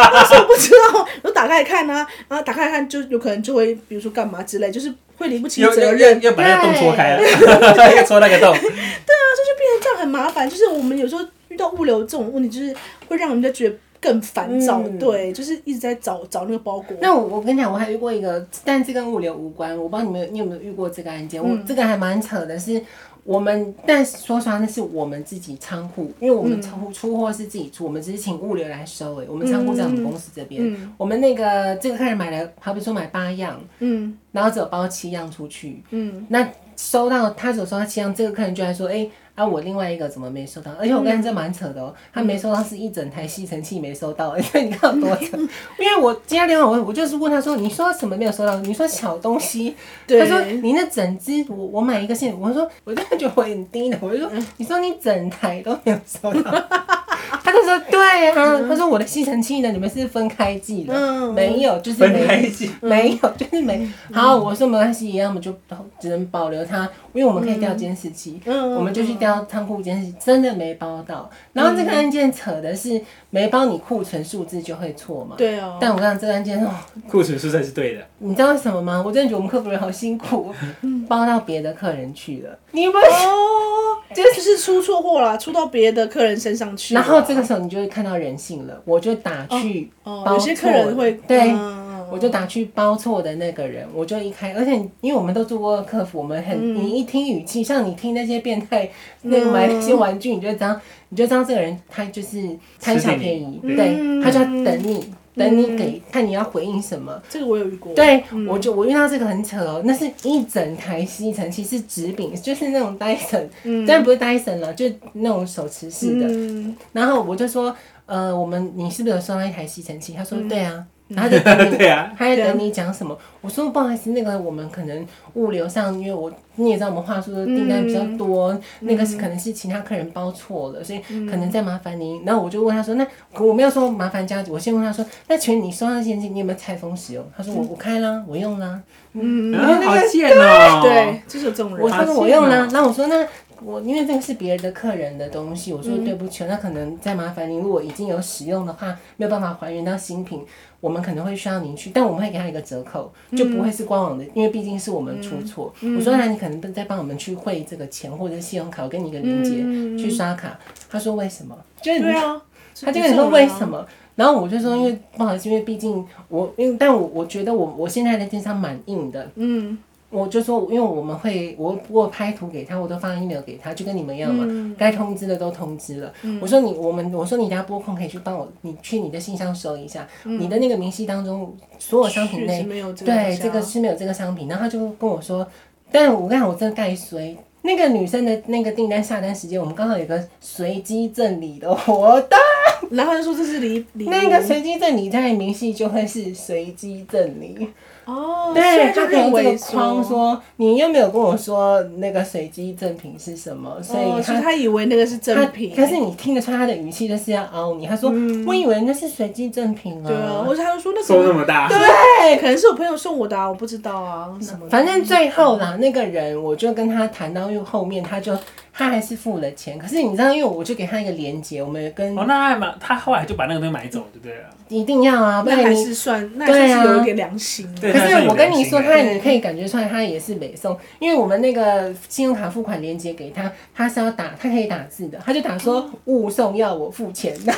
Speaker 2: 啊那时候不知道，我打开来看啊，然后打开来看就有可能就会，比如说干嘛之类，就是会理不清
Speaker 3: [LAUGHS] 又
Speaker 2: 责
Speaker 3: 又
Speaker 2: 任，
Speaker 3: 又又把那个洞戳开了， [LAUGHS] 又戳那个
Speaker 2: [LAUGHS]
Speaker 3: 洞，
Speaker 2: 变成这样很麻烦。就是我们有时候遇到物流这种问题，就是会让人家觉得更烦躁，
Speaker 1: 嗯
Speaker 2: 对，就是一直在找找那个包裹。
Speaker 1: 那我我跟你讲，我还遇过一个，但这跟物流无关，我不知道你们你有没有遇过这个案件。我
Speaker 2: 嗯
Speaker 1: 这个还蛮扯的是，我们但说实话，那是我们自己仓库，因为我们
Speaker 2: 嗯
Speaker 1: 仓库出货是自己出，我们只是请物流来收、欸。我们仓库在我们公司这边，
Speaker 2: 嗯
Speaker 1: 我们那个这个客人买了，好比说买八样，
Speaker 2: 嗯
Speaker 1: 然后只有包七样出去，
Speaker 2: 嗯，
Speaker 1: 那收到他只有收到七样，这个客人就来说，哎、啊，我另外一个怎么没收到？而且我跟你这蛮扯的
Speaker 2: 嗯
Speaker 1: 哦、他没收到是一整台吸尘器没收到， [LAUGHS] 所以你看有多扯。因为我接他电话，我我就是问他说，你说什么没有收到？你说小东西，
Speaker 2: 对
Speaker 1: 他说你那整只，我我买一个线，我说我真的觉得我很低的，我就说
Speaker 2: 嗯
Speaker 1: 你说你整台都没有收
Speaker 2: [LAUGHS]
Speaker 1: 到。他就说对啊，他说我的吸尘器呢？你们是分开寄的，
Speaker 2: 嗯
Speaker 1: 没有，就是
Speaker 3: 分
Speaker 1: 没有
Speaker 3: 开寄。
Speaker 1: 没有， [LAUGHS] 就是没。
Speaker 2: 嗯
Speaker 1: 好，我说没关系，要么就只能保留它，因为我们可以调监视器，
Speaker 2: 嗯
Speaker 1: 我们就去调仓库监视器，真的没包到。然后这个案件扯的是没包，你库存数字就会错嘛。。
Speaker 2: 对啊，
Speaker 1: 但我跟你讲，这个案件哦，
Speaker 3: 库存蔬菜是对的，
Speaker 1: 你知道为什么吗？我真的觉得我们客服人好辛苦，包到别的客人去了。你们
Speaker 2: 哦，就是出错货啦，出到别的客人身上去啦。
Speaker 1: 然后这个时候你就会看到人性了，我就打去
Speaker 2: 哦，
Speaker 1: 包
Speaker 2: 有些客
Speaker 1: 错了
Speaker 2: 人会
Speaker 1: 对
Speaker 2: 嗯
Speaker 1: 我就打去包错的那个人，我就一开，而且因为我们都做过客服，我们
Speaker 2: 嗯
Speaker 1: 很，你一听语气，像你听那些变态那个买那些玩具，你就知道，你就知道这个人他就是贪小便宜，
Speaker 3: 吃定你
Speaker 1: 对，
Speaker 2: 嗯
Speaker 1: 他就要等你，等你给，看你要回应什么。
Speaker 2: 这个我有遇过。
Speaker 1: 对，我就我遇到这个很扯哦，那是一整台吸尘器是直柄，就是那种 Dyson，当然不是 Dyson 了，就是那种手持式的。
Speaker 2: 嗯，
Speaker 1: 然后我就说，呃，我们你是不是有收到一台吸尘器？他
Speaker 2: 嗯
Speaker 1: 说对啊，然后他就等你
Speaker 3: [LAUGHS] 对啊，
Speaker 1: 他在等你讲什么。我说不好意思，那个我们可能物流上，因为我你也知道我们话术的订单比较多，
Speaker 3: 嗯
Speaker 1: 那个是可能是其他客人包错了，所以可能再麻烦您。然后我就问他说，那我没有说麻烦家，我先问他说，那请问你收到现金，你有没有拆封使用？他
Speaker 3: 嗯
Speaker 1: 说我我开啦，我用啦，
Speaker 3: 啊，好贱哦！
Speaker 2: 嗯对，就是有这种人。
Speaker 1: 我他
Speaker 3: 发
Speaker 1: 说
Speaker 3: 现
Speaker 1: 我用啦
Speaker 3: 了。
Speaker 1: 那我说那。我因为这个是别人的客人的东西，我说对不起，那可能再麻烦您，如果已经有使用的话，没有办法还原到新品，我们可能会需要您去，但我们会给他一个折扣，就不会是官网的，因为毕竟是我们出错。我说那你可能再帮我们去汇这个钱或者是信用卡，我给你一个链接、去刷卡。他说为什么？就是你
Speaker 2: 对啊，
Speaker 1: 他就跟你说为什
Speaker 2: 么？
Speaker 1: 么？然后我就说，因为不好意思，因为毕竟我，因为但我我觉得我我现在的电商蛮硬的，
Speaker 2: 嗯，
Speaker 1: 我就说，因为我们会，我我拍图给他，我都发 email 给他，就跟你们一样
Speaker 2: 嗯
Speaker 1: 嘛，该、通知的都通知了。我说你，我们我说你等下拨空可以去帮我，你去你的信箱搜一下，
Speaker 2: 嗯
Speaker 1: 你的那个明细当中所有商品
Speaker 2: 确实
Speaker 1: 内，
Speaker 2: 没有这个东
Speaker 1: 对
Speaker 2: 西啊
Speaker 1: 这个是没有这个商品。然后他就跟我说，但我跟你讲，我真的盖衰。那个女生的那个订单下单时间，我们刚好有个随机赠礼的活动，
Speaker 2: 然后他就说这是礼礼物
Speaker 1: 那个随机赠礼在明细就会是随机赠礼。
Speaker 2: 哦，所
Speaker 1: 对
Speaker 2: 以
Speaker 1: 他
Speaker 2: 就
Speaker 1: 可能这
Speaker 2: 认
Speaker 1: 个
Speaker 2: 为
Speaker 1: 框说，你又没有跟我说那个随机赠品是什么，所
Speaker 2: 哦
Speaker 1: 以
Speaker 2: 所以
Speaker 1: 他。
Speaker 2: 他以为那个是
Speaker 1: 他
Speaker 2: 真品，嗯
Speaker 1: 可是你听得出他的语气就是要凹你。他说：“我以为那是随机赠品
Speaker 2: 对啊，
Speaker 1: 啊。
Speaker 2: 或者他就说那可
Speaker 3: 收那
Speaker 2: 能
Speaker 3: 么大，
Speaker 2: 对，可能是我朋友送我的、啊，我不知道啊，什么”的
Speaker 1: 反正最后啦，那个人我就跟他谈到，因为后面他就他还是付了钱。可是你知道，因为我就给他一个连接，我们跟
Speaker 3: 哦，那还蛮，他后来就把那个东西买走，对不对了？
Speaker 1: 一定要啊，不
Speaker 2: 那
Speaker 1: 然
Speaker 2: 还
Speaker 1: 你
Speaker 2: 是算，那还算
Speaker 1: 对啊啊
Speaker 2: 是有一点良心。
Speaker 3: 对
Speaker 1: 可
Speaker 3: 他还算
Speaker 1: 是
Speaker 3: 有
Speaker 1: 我跟你说，
Speaker 3: 良
Speaker 1: 他
Speaker 3: 心的
Speaker 1: 你可以感觉出来，他也是北宋，因为我们那个信用卡付款链接给他，他是要打，他可以打字的，他就打说勿送要我付钱的。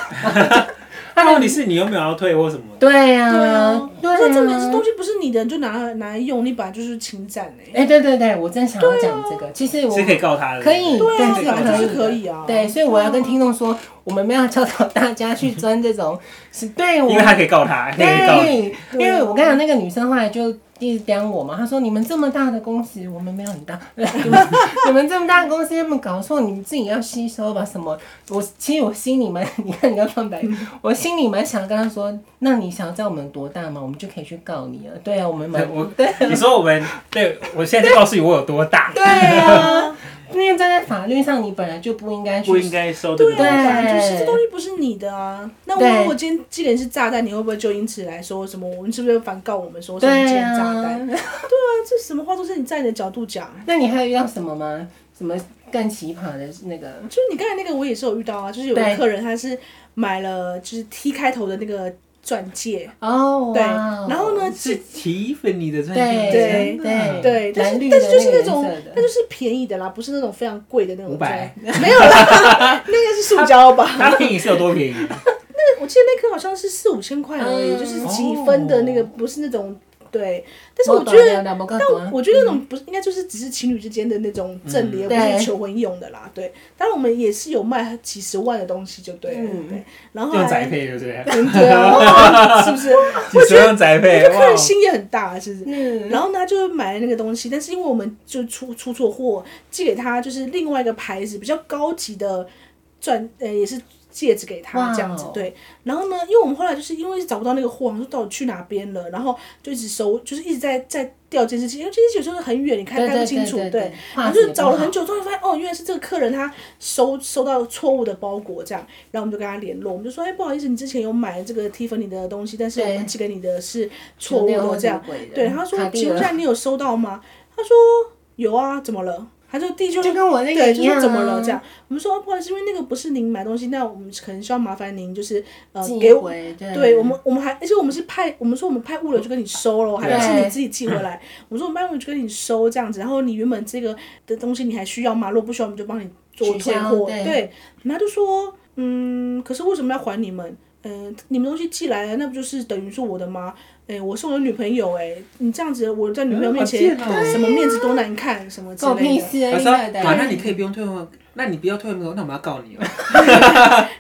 Speaker 3: 那到底是你有没有要退或什么？
Speaker 1: 对呀、
Speaker 2: 对啊，
Speaker 1: 对
Speaker 2: 那重点
Speaker 1: 啊
Speaker 2: 是东西不是你的，你就拿来拿来用，你本来就是侵占哎、
Speaker 1: 哎、对对对，我正想要讲这个。其实我
Speaker 3: 是可以告他的，
Speaker 1: 可以，
Speaker 2: 对啊
Speaker 1: 是
Speaker 2: 本
Speaker 1: 可
Speaker 2: 来
Speaker 1: 以
Speaker 2: 就
Speaker 1: 的
Speaker 2: 是可以啊
Speaker 1: 对，所以我要跟听众说，我们没有教导大家去钻这种，是对我
Speaker 3: 因为他可以告他，可以告你。
Speaker 1: 对，因为我跟你讲，那个女生后来就一直刁我嘛，她说你们这么大的公司，我们没有很大， [LAUGHS] 你们你们这么大的公司，他们搞错，你们自己要吸收吧？什么？我其实我心里蛮， [LAUGHS] 你看你要翻白眼，
Speaker 2: 嗯
Speaker 1: 我心里蛮想跟她说，那你想要知道我们多大吗？我们就可以去告你了。对啊，我们蛮
Speaker 3: 我
Speaker 1: 对
Speaker 3: 你说我们，对我现在就告诉你我有多大，
Speaker 1: 对啊，因为站在法律上，你本来就不应该去
Speaker 3: 不应该收这个
Speaker 2: 对
Speaker 3: 东西。
Speaker 2: 啊，
Speaker 1: 对
Speaker 2: 本来就是这东西不是你的啊。那
Speaker 1: 对
Speaker 2: 我如果今天既然是炸弹，你会不会就因此来说什么？我们是不是反告我们说什么今
Speaker 1: 对
Speaker 2: 天炸
Speaker 1: 啊
Speaker 2: 弹？。那这什么话都是你在你的角度讲。
Speaker 1: 那你还有遇到什么吗？什么更奇葩的那个？
Speaker 2: 就你刚才那个我也是有遇到啊，就是有
Speaker 1: 对
Speaker 2: 个客人他是买了就是 T 开头的那个钻戒，
Speaker 1: 哦，
Speaker 2: 对，
Speaker 1: 哇哦
Speaker 2: 然后呢，
Speaker 3: 是
Speaker 2: 是
Speaker 3: 提粉你的专
Speaker 1: 对
Speaker 3: 辑，
Speaker 2: 对
Speaker 1: 对
Speaker 2: 对，但
Speaker 1: 蓝绿
Speaker 2: 是
Speaker 1: 的
Speaker 2: 但是就
Speaker 1: 那
Speaker 2: 是
Speaker 1: 个颜
Speaker 2: 那种
Speaker 1: 色的，
Speaker 2: 那就是便宜的啦，不是那种非常贵的那种钻
Speaker 3: 500，
Speaker 2: [LAUGHS] 没有啦， [LAUGHS] 那个是塑胶吧？
Speaker 3: 他便宜是有
Speaker 1: [LAUGHS]
Speaker 3: 多便宜？
Speaker 2: 我记得那颗好像是四五千块而已，
Speaker 1: 嗯
Speaker 2: 就是几分的那个，不是那种对。但是我觉
Speaker 1: 没有
Speaker 2: 得，
Speaker 1: 啦没有啦
Speaker 2: 但我觉得那种不是应该就是只是情侣之间的那种正理，而
Speaker 1: 嗯
Speaker 2: 不
Speaker 1: 对
Speaker 2: 是求婚用的啦。对，当然我们也是有卖几十万的东西，就对了。
Speaker 1: 嗯
Speaker 2: 对，然后
Speaker 3: 用宅
Speaker 2: 还
Speaker 3: 配对
Speaker 1: [LAUGHS]
Speaker 3: 不对？
Speaker 2: 对啊，是不是？
Speaker 3: 几十用宅配，
Speaker 2: 这
Speaker 3: 哇
Speaker 2: 客！人心也很大，是不是？
Speaker 1: 嗯，
Speaker 2: 然后呢，他就买了那个东西，但是因为我们就出出错货，寄给他就是另外一个牌子比较高级的钻，呃，也是戒指给
Speaker 1: 哇哦
Speaker 2: 他这样子，对。然后呢，因为我们后来就是因为找不到那个货，我们说到底去哪边了，然后就一直搜，就是一直在在调监视器，因为监视器有时候很远，你看看不清楚，
Speaker 1: 对
Speaker 2: 对。，然
Speaker 1: 画
Speaker 2: 后
Speaker 1: 质也
Speaker 2: 就
Speaker 1: 不
Speaker 2: 找了
Speaker 1: 好
Speaker 2: 很久，终于发现哦，原来是这个客人他收收到错误的包裹这样，然后我们就跟他联络，我们就说，哎，不好意思，你之前有买这个 Tiffany 的东西，但是我
Speaker 1: 对
Speaker 2: 们寄给你的是错误的这样。
Speaker 1: 鬼的
Speaker 2: 对，他说
Speaker 1: 嗯卡：“地
Speaker 2: 请问一
Speaker 1: 了
Speaker 2: 下，你有收到吗？”他说：“有啊，怎么了？”他就第一句
Speaker 1: 就跟我那个
Speaker 2: 对，
Speaker 1: 一
Speaker 2: 就
Speaker 1: 样、啊，
Speaker 2: 说怎么了这样？我们说、哦、不好意思，因为那个不是您买东西，那我们可能需要麻烦您，就是呃
Speaker 1: 啊寄
Speaker 2: 给我。
Speaker 1: 回对
Speaker 2: 对我们，我们还，而且我们是派，我们说我们派物流就跟你收了，还不是
Speaker 1: 对
Speaker 2: 你自己寄回来。我们说我们派物流就跟你收这样子，然后你原本这个的东西你还需要吗？如果不需要，我们就帮你做
Speaker 1: 取
Speaker 2: 退
Speaker 1: 消
Speaker 2: 货。
Speaker 1: 对
Speaker 2: 对，然后就说，嗯，可是为什么要还你们？嗯、你们东西寄来了，那不就是等于是我的吗？哎、我送了女朋友、哎，你这样子，我在女朋友面前、
Speaker 3: 嗯好贱哦
Speaker 2: 什么面子多难看，什么之
Speaker 1: 狗
Speaker 2: 类
Speaker 1: 屁事啊，
Speaker 3: 他
Speaker 2: 的。
Speaker 1: 一
Speaker 3: 说
Speaker 1: 类
Speaker 3: 啊，那
Speaker 1: 的。
Speaker 3: 你可以不用退货，那你不要退货，那我们要告你哦。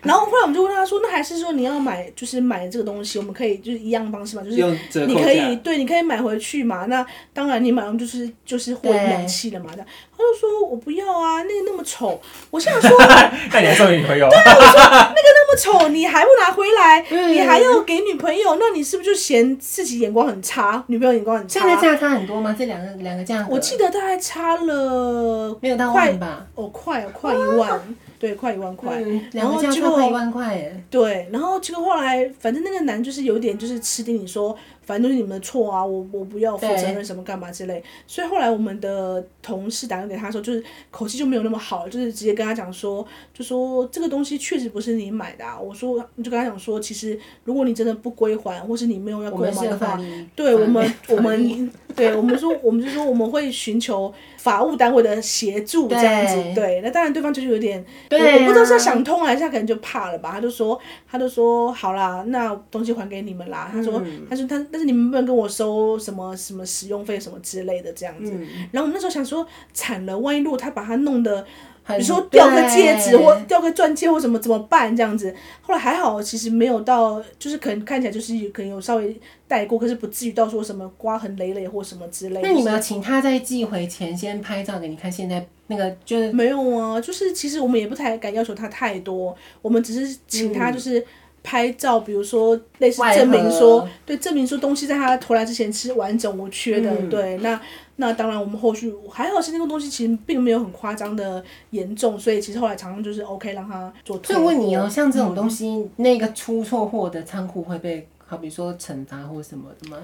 Speaker 2: 然后后来我们就问他说，那还是说你要买，就是买这个东西，我们可以就是一样的方式嘛，
Speaker 1: 嗯
Speaker 2: 就是
Speaker 3: 用折
Speaker 2: 你
Speaker 3: 扣
Speaker 2: 可以
Speaker 3: [LAUGHS] 价，
Speaker 2: 对，你可以买回去嘛。那当然，你买完就是就是获利了弃了嘛。这样他就说我不要啊，那个那么丑，我想说那
Speaker 4: 那你还送给女朋友？
Speaker 2: 么丑，你还不拿回来，
Speaker 1: 嗯
Speaker 2: 你还要给女朋友，那你是不是就嫌自己眼光很差，女朋友眼光很
Speaker 1: 现在
Speaker 2: 差？
Speaker 1: 价差很多吗？这两个两个价格，
Speaker 2: 我记得大概差了
Speaker 1: 没有到万吧？
Speaker 2: 哦，快哦快一万，对，快一万块。
Speaker 1: 嗯，
Speaker 2: 然
Speaker 1: 两
Speaker 2: 后
Speaker 1: 个价
Speaker 2: 结
Speaker 1: 差
Speaker 2: 果
Speaker 1: 快一万块耶！
Speaker 2: 对，然后结果后来，反正那个男就是有点就是吃定你说，反正都是你们的错啊，我我不要负责任
Speaker 1: 对
Speaker 2: 什么干嘛之类。所以后来我们的同事打电话给他说，就是口气就没有那么好了，就是直接跟他讲说，就说这个东西确实不是你买的啊。我说，你就跟他讲说，其实如果你真的不归还，或是你没有要
Speaker 1: 我
Speaker 2: 购
Speaker 1: 们
Speaker 2: 买
Speaker 1: 是有
Speaker 2: 的
Speaker 1: 法
Speaker 2: 话。
Speaker 1: 律，
Speaker 2: 对我们，
Speaker 1: 法
Speaker 2: 我
Speaker 1: 律
Speaker 2: 们对我们说，我们就说我们会寻求法务单位的协助这样子。
Speaker 1: 对
Speaker 2: 对，那当然对方就是有点
Speaker 1: 对
Speaker 2: 我
Speaker 1: 啊
Speaker 2: 我不知道是他想通了还是他可能就怕了吧，他就说，他就说好啦，那东西还给你们
Speaker 1: 嗯
Speaker 2: 啦。他说，他说他，但是你们不能跟我收什么什么使用费什么之类的这样子。
Speaker 1: 嗯
Speaker 2: 然后我们那时候想说，惨了，万一如果他把它弄得，比
Speaker 1: 很
Speaker 2: 如说掉个戒指
Speaker 1: 对
Speaker 2: 或掉个钻戒或什么怎么办这样子。后来还好，其实没有到，就是可能看起来就是有可能有稍微带过，可是不至于到说什么刮痕累累或什么之类的。
Speaker 1: 那你们要请他在寄回前先拍照给你看，现在那个就是
Speaker 2: 没有啊，就是其实我们也不太敢要求他太多，我们只是请他就是拍照，比如说类似
Speaker 1: 嗯外
Speaker 2: 证明说
Speaker 1: 盒，
Speaker 2: 对，证明说东西在他投来之前是完整无缺的，
Speaker 1: 嗯
Speaker 2: 对。那那当然，我们后续还好是那个东西其实并没有很夸张的严重，所以其实后来常常就是 OK 让他做退
Speaker 1: 所以
Speaker 2: 货。
Speaker 1: 问你哦，像这种东西，那个出错货的仓库会被好比说惩罚或什么的吗？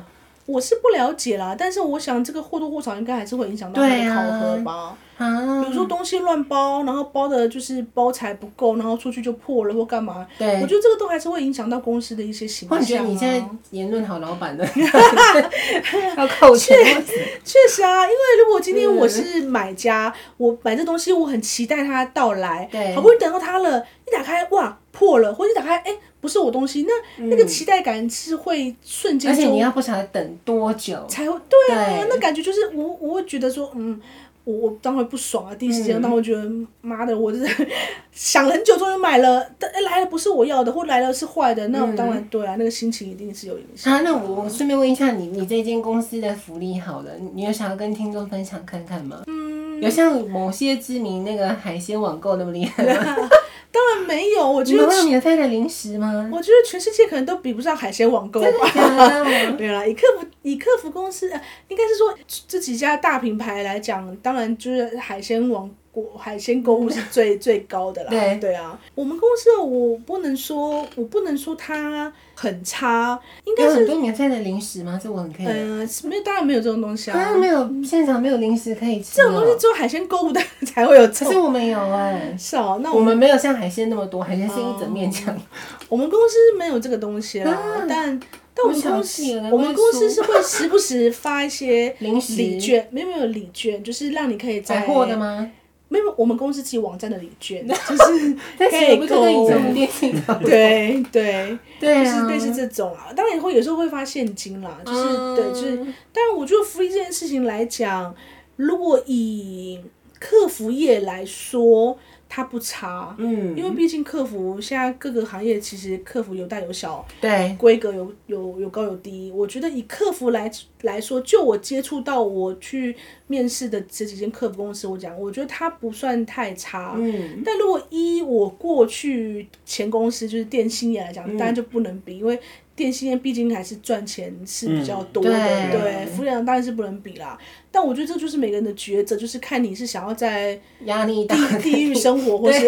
Speaker 2: 我是不了解啦，但是我想这个或多或少应该还是会影响到他
Speaker 1: 对
Speaker 2: 的考
Speaker 1: 啊
Speaker 2: 核吧。
Speaker 1: 啊，
Speaker 2: 比如说东西乱包，然后包的就是包材不够，然后出去就破了或干嘛。
Speaker 1: 对
Speaker 2: 我觉得这个都还是会影响到公司的一些形
Speaker 1: 或
Speaker 2: 象、啊。
Speaker 1: 者你觉得你现在言论好老
Speaker 2: [LAUGHS]
Speaker 1: 板的， [LAUGHS] 要扣钱或什么，
Speaker 2: 确实啊，因为如果今天我是买家，我买这东西我很期待它到来，
Speaker 1: 对
Speaker 2: 好不容易等到它了，一打开哇破了，或者一打开哎不是我东西，那、那个期待感是会瞬
Speaker 1: 嗯而
Speaker 2: 间
Speaker 1: 且
Speaker 2: 就
Speaker 1: 你要不晓得等多久，
Speaker 2: 才会对啊，
Speaker 1: 哦对
Speaker 2: 那感觉就是我我会觉得说，嗯，我我当然会不爽啊，第一时间，
Speaker 1: 嗯
Speaker 2: 当然会觉得妈的，我这想了很久，终于买了，但哎来了不是我要的，或来了是坏的，那我
Speaker 1: 嗯
Speaker 2: 当然对啊，那个心情一 [LAUGHS] 定
Speaker 1: [LAUGHS]
Speaker 2: 是有影响。
Speaker 1: 啊，那我我顺便问一下你，你这间公司的福利好了，你有想要跟听众分享看看吗？嗯，有像某些知名那个海鲜网购那么厉害吗？
Speaker 2: 当然没有，哦我
Speaker 1: 你
Speaker 2: 觉得
Speaker 1: 们会有免费的零食
Speaker 2: [LAUGHS]
Speaker 1: 吗？
Speaker 2: 我觉得全世界可能都比不上海鲜网购吧。
Speaker 1: 真的假的
Speaker 2: [LAUGHS] 没有啦，以客服以客服公司，呃应该是说这几家大品牌来讲，当然就是海鲜王国、海鲜购物是最 [LAUGHS] 最高的啦。
Speaker 1: 对
Speaker 2: 啊，我们公司我不能说，我不能说它很差，应该
Speaker 1: 有很
Speaker 2: 是
Speaker 1: 多免费的零食吗？这我很 care。
Speaker 2: 嗯，是没有，当然没有这种东西
Speaker 1: 当
Speaker 2: 啊
Speaker 1: 然。没有，现场没有零食可以吃、
Speaker 2: 这
Speaker 1: 哦。
Speaker 2: 种东西只有海鲜购物的才会有这
Speaker 1: 可是
Speaker 2: 种。
Speaker 1: 我们有哎、
Speaker 2: 是哦，那
Speaker 1: 我
Speaker 2: 我们嗯
Speaker 1: 们没有像海鲜那么多，海鲜是一整面墙。
Speaker 2: 我们公司没有这个东西啦，
Speaker 1: 啊
Speaker 2: 但但我们
Speaker 1: 我
Speaker 2: 公
Speaker 1: 想
Speaker 2: 司
Speaker 1: 起了
Speaker 2: 我们公司
Speaker 1: 我
Speaker 2: 是会时不时发
Speaker 1: [LAUGHS]
Speaker 2: 一些
Speaker 1: 零食
Speaker 2: 礼券，没有没有礼券，就是让你可以在
Speaker 1: 百货的吗？
Speaker 2: 没有，我们公司自己网站的礼券，就是
Speaker 1: 但是也不是跟以前我
Speaker 2: 代购
Speaker 1: 们电信
Speaker 2: [LAUGHS]
Speaker 1: 搞的。
Speaker 2: 对对，
Speaker 1: 对
Speaker 2: 就是
Speaker 1: 啊，
Speaker 2: 类似这种啊。当然也会有时候会发现金啦，就是、
Speaker 1: 嗯
Speaker 2: 对，就是。但我觉得福利这件事情来讲，如果以客服业来说，它不差，
Speaker 1: 嗯，
Speaker 2: 因为毕竟客服现在各个行业其实客服有大有小，
Speaker 1: 对，
Speaker 2: 规格有有有高有低。我觉得以客服来来说，就我接触到我去面试的这几间客服公司，我讲，我觉得它不算太差。
Speaker 1: 嗯，
Speaker 2: 但如果依我过去前公司就是电信业来讲，
Speaker 1: 嗯
Speaker 2: 当然就不能比，因为电信业毕竟还是赚钱是比较多的，
Speaker 1: 嗯对
Speaker 2: 对，服务量当然是不能比啦。但我觉得这就是每个人的抉择，就是看你是想要在
Speaker 1: 压力大。
Speaker 2: [LAUGHS] 地地狱生活，或是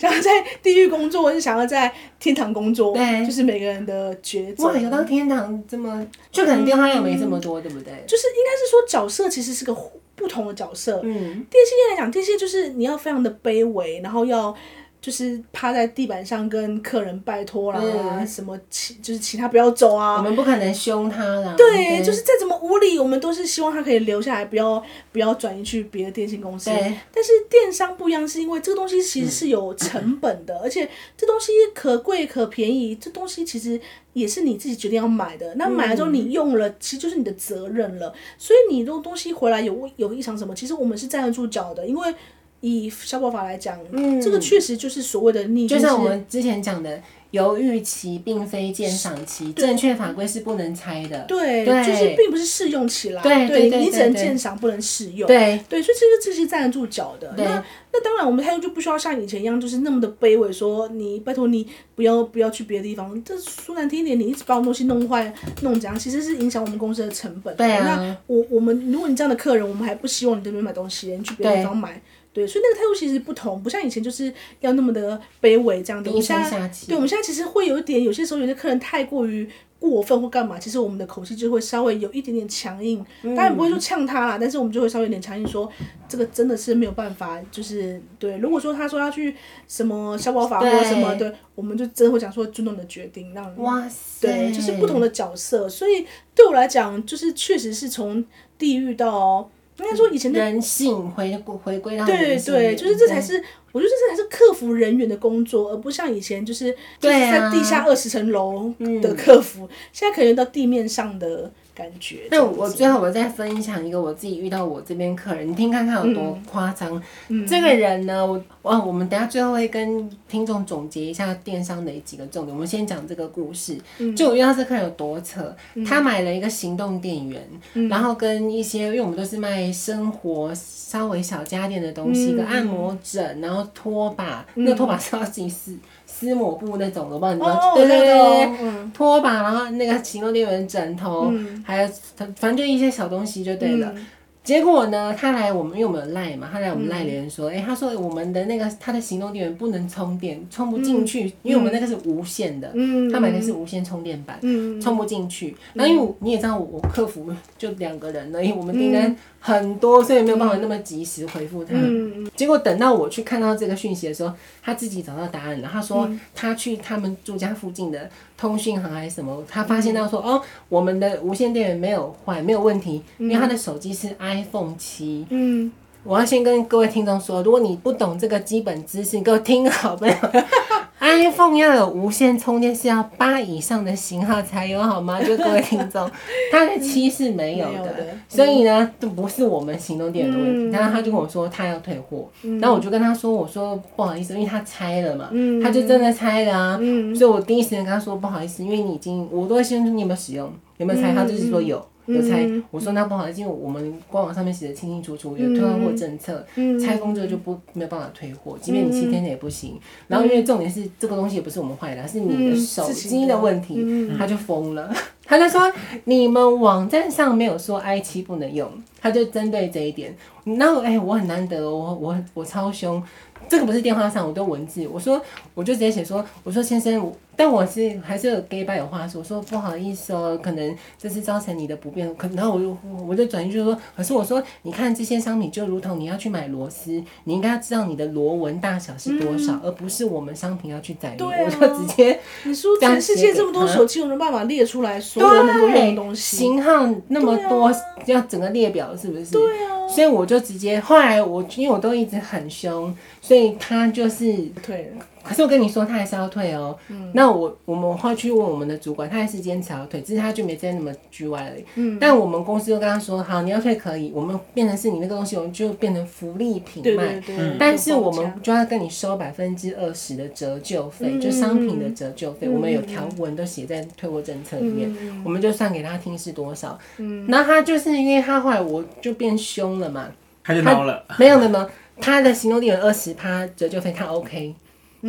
Speaker 2: 想要在地狱工作，或是想要在天堂工作，
Speaker 1: 对
Speaker 2: 就是每个人的抉择。
Speaker 1: 哇，有到天堂这么，就可能电话量没这么多，对不对？
Speaker 2: 就是应该是说角色其实是个互不不同的角色。
Speaker 1: 嗯，
Speaker 2: 电信业来讲，电信业就是你要非常的卑微，然后要就是趴在地板上跟客人拜托啦，啊
Speaker 1: 嗯
Speaker 2: 什么其就是请他不要走
Speaker 1: 我
Speaker 2: 啊。
Speaker 1: 们不可能凶他啦。
Speaker 2: 对，就是再怎么无理，我们都是希望他可以留下来，不要不要转移去别的电信公司。
Speaker 1: 对，
Speaker 2: 但是电商不一样，是因为这个东西其实是有成本
Speaker 1: 嗯
Speaker 2: 的，而且这东西可贵可便宜，这东西其实也是你自己决定要买的。那买了之
Speaker 1: 嗯
Speaker 2: 后你用了，其实就是你的责任了。所以你这种东西回来有有异常什么，其实我们是站得住脚的，因为以消保法来讲，
Speaker 1: 嗯
Speaker 2: 这个确实就是所谓的逆
Speaker 1: 就
Speaker 2: 境
Speaker 1: 像我
Speaker 2: 是。
Speaker 1: 们之前讲的，犹豫期并非鉴赏期，正确法规是不能拆的。
Speaker 2: 对，
Speaker 1: 对
Speaker 2: 就是并不是试用期啦，
Speaker 1: 对对对
Speaker 2: 你你只
Speaker 1: 对
Speaker 2: 能
Speaker 1: 对
Speaker 2: 鉴赏，不能试用。
Speaker 1: 对，
Speaker 2: 对，所以这个这是站得住脚的。
Speaker 1: 对
Speaker 2: 那那当然，我们态度就不需要像以前一样，就是那么的卑微，说你拜托你不要不要去别的地方。这说难听一点，你一直把我们东西弄坏、弄怎样，其实是影响我们公司的成本。
Speaker 1: 对啊
Speaker 2: 那我我们如果你这样的客人，我们还不希望你这边买东西，你去别的地方买。对，所以那个态度其实不同，不像以前就是要那么的卑微这样的。我
Speaker 1: 低
Speaker 2: 们现
Speaker 1: 声
Speaker 2: 在
Speaker 1: 下气。
Speaker 2: 对，我们现在其实会有一点，有些时候有些客人太过于过分或干嘛，其实我们的口气就会稍微有一点点强硬，当然不会说呛他啦，但是我们就会稍微有点强硬说，这个真的是没有办法，就是对。如果说他说要去什么消保法或
Speaker 1: 对
Speaker 2: 者什么，对，我们就真的会讲说尊重你的决定，让你
Speaker 1: 哇塞，
Speaker 2: 对，就是不同的角色，所以对我来讲，就是确实是从地狱到应该说以前的
Speaker 1: 人性回回归到
Speaker 2: 对
Speaker 1: 人性里
Speaker 2: 对，
Speaker 1: 面
Speaker 2: 就是这才是，我觉得这才是客服人员的工作，而不像以前就是就是
Speaker 1: 对啊嗯
Speaker 2: 在地下二十层楼的客服，现在可能有到地面上的感觉。
Speaker 1: 那
Speaker 2: 这样子
Speaker 1: 我最后我再分享一个我自己遇到我这边客人，你听看看有多夸张。
Speaker 2: 嗯
Speaker 1: 这个人呢，我哇，我们等一下最后会跟听众总结一下电商的几个重点。我们先讲这个故事，
Speaker 2: 嗯
Speaker 1: 就我遇到这客人有多扯，他买了一个行动电源，
Speaker 2: 嗯
Speaker 1: 然后跟一些，因为我们都是卖生活稍微小家电的东西，一
Speaker 2: 嗯
Speaker 1: 个按摩枕，然后拖把，那个拖把是要自己撕 [LAUGHS] 撕抹布那种的，我不知道你知道
Speaker 2: 哦，，
Speaker 1: 对
Speaker 2: 我
Speaker 1: 对
Speaker 2: 知
Speaker 1: 对
Speaker 2: 道
Speaker 1: 对。
Speaker 2: 哦嗯
Speaker 1: 拖把，然后那个行动电源枕头，
Speaker 2: 嗯
Speaker 1: 还有反正就一些小东西就对了。
Speaker 2: 嗯
Speaker 1: 结果呢，他来我们，因为我们有赖嘛，他来我们赖人说，哎、他说我们的那个他的行动电源不能充电，充不进去，因为我们那个是无线的，
Speaker 2: 嗯
Speaker 1: 他买的是无线充电板。
Speaker 2: 嗯
Speaker 1: 充不进去，那因为我你也知道，我客服 [LAUGHS] 就两个人而已，我
Speaker 2: 嗯
Speaker 1: 们订单很多，所以没有办法那么及时回复他。
Speaker 2: 嗯
Speaker 1: 结果等到我去看到这个讯息的时候，他自己找到答案了。他说
Speaker 2: 嗯
Speaker 1: 他去他们住家附近的通讯行还是什么，他发现到说、
Speaker 2: 嗯
Speaker 1: 哦，我们的无线电源没有坏，没有问题，因为他的手机是 iPhone 七。
Speaker 2: 嗯，
Speaker 1: 我要先跟各位听众说，如果你不懂这个基本知识，你给我听好没有 [LAUGHS] ？iPhone 要有无线充电是要八以上的型号才有好吗？就各位听众，它的七是没有
Speaker 2: 没有
Speaker 1: 的，
Speaker 2: 的
Speaker 1: 所以呢，这不是我们行动电源的问题。
Speaker 2: 嗯
Speaker 1: 然后他就跟我说他要退货，然后我就跟他说，我说不好意思，因为他拆了嘛，
Speaker 2: 嗯
Speaker 1: 他就真的拆了啊，
Speaker 2: 嗯
Speaker 1: 所以我第一时间跟他说不好意思，因为你已经，我都会先问你有没有使用，有没有拆，
Speaker 2: 嗯
Speaker 1: 他就是说有。有拆
Speaker 2: 嗯，
Speaker 1: 我说那不好意思，因为我们官网上面写的清清楚楚，有退换货政策，
Speaker 2: 嗯
Speaker 1: 拆封之后就不没有办法退货，即便你七天内也不行。然后因为重点是这个东西也不是我们坏的，是你的
Speaker 2: 嗯
Speaker 1: 手
Speaker 2: 自己
Speaker 1: 机
Speaker 2: 的
Speaker 1: 的问题，
Speaker 2: 嗯
Speaker 1: 他就疯了， [LAUGHS] 他就说你们网站上没有说 i 七不能用，他就针对这一点。然后哎、我很难得哦，我我我超凶，这个不是电话上，我都文字，我说我就直接写说，我说先生，我但我是还是有 gay 拜有话说，我说不好意思哦，可能这是造成你的不便，可然后我就我就转移就说，可是我说你看这些商品就如同你要去买螺丝，你应该要知道你的螺纹大小是多少，而不是我们商品要去载入，
Speaker 2: 嗯对啊
Speaker 1: 我就直接
Speaker 2: 你说全世界这么多手机，有没有办法列出来所有能够用的东西？
Speaker 1: 型号那么多，要整个列表是不是？
Speaker 2: 啊对啊，
Speaker 1: 所以我就直接，后来我因为我都一直很凶，所以他就是
Speaker 2: 对，
Speaker 1: 可是我跟你说，他还是要退哦。
Speaker 2: 嗯
Speaker 1: 那我我们会去问我们的主管，他还是坚持要退，只是他就没再那么局外而已。
Speaker 2: 嗯
Speaker 1: 但我们公司就跟他说，好，你要退可以，我们变成是你那个东西，我们就变成福利品卖。
Speaker 2: 对对对
Speaker 3: 嗯。
Speaker 1: 但是我
Speaker 2: 有报价
Speaker 1: 们就要跟你收百分之二十的折旧费，
Speaker 2: 嗯
Speaker 1: 就商品的折旧费，
Speaker 2: 嗯
Speaker 1: 我们有条文都写在退货政策里面，
Speaker 2: 嗯
Speaker 1: 我们就算给他听是多少。
Speaker 2: 嗯
Speaker 1: 然后他就是因为他后来我就变凶了嘛，
Speaker 3: 他就孬了，
Speaker 1: 没有没有没有，他的行动力有二十趴折旧费，他 OK，、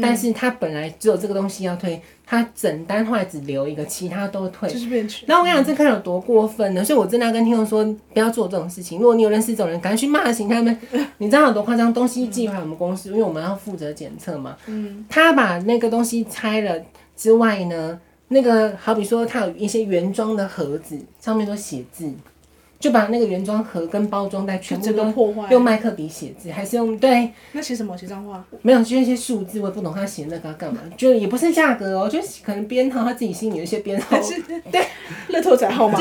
Speaker 1: 但
Speaker 2: 嗯
Speaker 1: 是他本来只有这个东西要退，他整单后来只留一个，其他都退。
Speaker 2: 就是变去，
Speaker 1: 然后我跟你讲，这客人有多过分呢？所以我真的要跟听众说，不要做这种事情。如果你有认识这种人，赶快去骂醒他
Speaker 2: [LAUGHS]
Speaker 1: 们。你知道有多夸张？东西寄回来我们公司，因为我们要负责检测嘛。
Speaker 2: 嗯
Speaker 1: 他把那个东西拆了之外呢，那个好比说他有一些原装的盒子，上面都写字，就把那个原装盒跟包装袋全
Speaker 2: 就
Speaker 1: 部
Speaker 2: 整个
Speaker 1: 都
Speaker 2: 破坏。
Speaker 1: 用麦克笔写字，还是用对，
Speaker 2: 那写什么？写脏话？
Speaker 1: 没有就一些数字，我也不懂他写那个要干嘛，就也不是价格哦，就是可能编号他自己心里有一些编号
Speaker 2: 还是
Speaker 1: [LAUGHS] 对
Speaker 2: [LAUGHS] 乐透彩号码？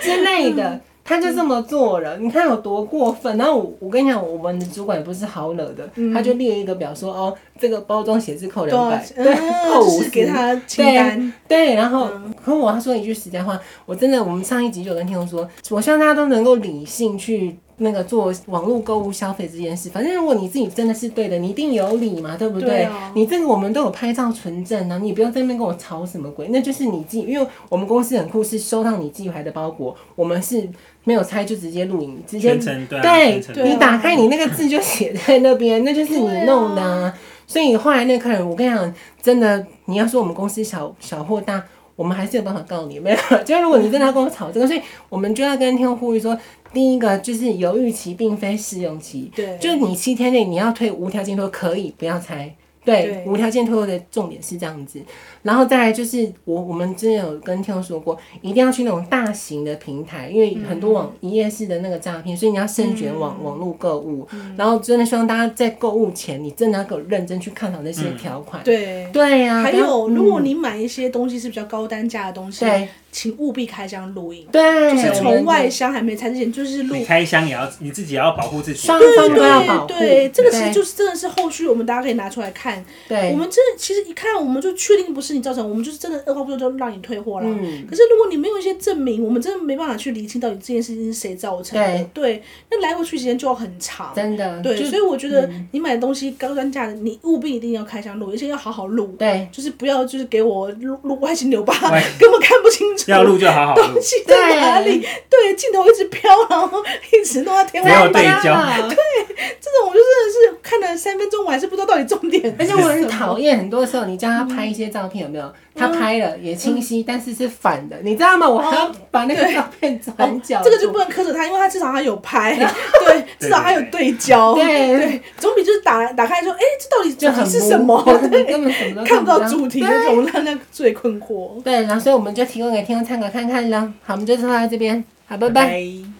Speaker 1: 之类
Speaker 2: 嗯
Speaker 1: 的，他就这么做了，你看有多过分。然后我我跟你讲，我们的主管也不是好惹的，
Speaker 2: 嗯
Speaker 1: 他就列一个表说哦，这个包装写字扣两百，
Speaker 2: 嗯
Speaker 1: 对，扣
Speaker 2: 就
Speaker 1: 五
Speaker 2: 是给
Speaker 1: 十。
Speaker 2: 他清单。
Speaker 1: [LAUGHS] 对，然后、
Speaker 2: 嗯
Speaker 1: 可我要说一句实在话，我真的，我们上一集就有跟听众说，我希望大家都能够理性去那个做网络购物消费这件事。反正如果你自己真的是对的，你一定有理嘛，对不对？
Speaker 2: 对啊
Speaker 1: 你这个我们都有拍照存证啊，你不要在那边跟我吵什么鬼，那就是你寄，因为我们公司很酷，是收到你寄回来的包裹，我们是没有拆就直接录影，直接
Speaker 3: 全程对啊
Speaker 1: 对
Speaker 3: 全程
Speaker 2: 对啊
Speaker 1: 你打开你那个字就写在那边，那就是你弄的、啊。所以后来那个客人，我跟你讲，真的，你要说我们公司小小或大，我们还是有办法告你，没有。 [LAUGHS] 就是如果你真的要跟我吵这个，所以我们就要跟天呼吁说，第一个就是犹豫期并非试用期，
Speaker 2: 对，
Speaker 1: 就是你七天内你要退无条件脱可以，不要拆。对
Speaker 2: 对，
Speaker 1: 无条件退货的重点是这样子，然后再来就是我我们之前有跟天佑说过，一定要去那种大型的平台，因为很多网
Speaker 2: 嗯
Speaker 1: 一夜式的那个诈骗，所以你要慎选网、网络购物，
Speaker 2: 嗯
Speaker 1: 然后真的希望大家在购物前，你真的要够认真去看好那些条款。
Speaker 2: 嗯对。
Speaker 1: 对呀、
Speaker 2: 还
Speaker 1: 不要
Speaker 2: 有，
Speaker 1: 嗯
Speaker 2: 如果你买一些东西是比较高单价的东西
Speaker 1: 对，
Speaker 2: 请务必开箱录音，
Speaker 1: 对，
Speaker 2: 就是
Speaker 1: 我们
Speaker 2: 从外箱还没拆之前，就是录
Speaker 3: 你开箱也要你自己也要保护自己。
Speaker 1: 双
Speaker 2: 对
Speaker 1: 方都要保护。
Speaker 2: 对，这个其实
Speaker 1: 对
Speaker 2: 就是真的是后续我们大家可以拿出来看。
Speaker 1: 对，
Speaker 2: 我们真的其实一看我们就确定不是你造成，我们就是真的二话不说就让你退货了。
Speaker 1: 嗯，
Speaker 2: 可是如果你没有一些证明，我们真的没办法去厘清到底这件事情是谁造成的。对，那来回去时间就要很长。
Speaker 1: 真的，
Speaker 2: 对，
Speaker 1: 就
Speaker 2: 所以我觉得
Speaker 3: 嗯
Speaker 2: 你买的东西高单价的，你务必一定要开箱录，而且要好好录，
Speaker 1: 对
Speaker 2: 就是不要就是给我录录歪七扭八
Speaker 3: 歪，
Speaker 2: [LAUGHS] 根本看不清楚
Speaker 3: 要录就好好录
Speaker 2: 东，西在哪里。对，镜头一直飘，然后一直弄到天
Speaker 3: 没
Speaker 2: 花
Speaker 3: 有
Speaker 2: 板。
Speaker 3: 对焦
Speaker 1: 真的
Speaker 2: 这种我就真的是看了三分钟，我还是不知道到底重
Speaker 1: [LAUGHS]
Speaker 2: 点。
Speaker 1: 而且我很讨厌，很多时候你叫他拍一些照片，有没
Speaker 2: 嗯
Speaker 1: 有？他拍了也清晰，但是是反的，你知道吗？我还要把那个照片转角度，
Speaker 2: 哦这个就不能苛责他，因为他至少他有
Speaker 3: [LAUGHS]
Speaker 2: 拍，对，至少他有对焦，
Speaker 1: 对
Speaker 2: 对，总比就是打打开说，哎，这到底
Speaker 1: 就
Speaker 2: 主
Speaker 1: 很
Speaker 2: 题是
Speaker 1: 模糊
Speaker 2: 什
Speaker 1: [LAUGHS]
Speaker 2: 么？
Speaker 1: 你根本什么都
Speaker 2: [LAUGHS] 看不到
Speaker 1: 主。
Speaker 2: 主题那种，让那最困惑。
Speaker 1: 对，然后所以我们就提供给听众参考看看啦。好，我们就说到这边，好，拜拜。
Speaker 3: 拜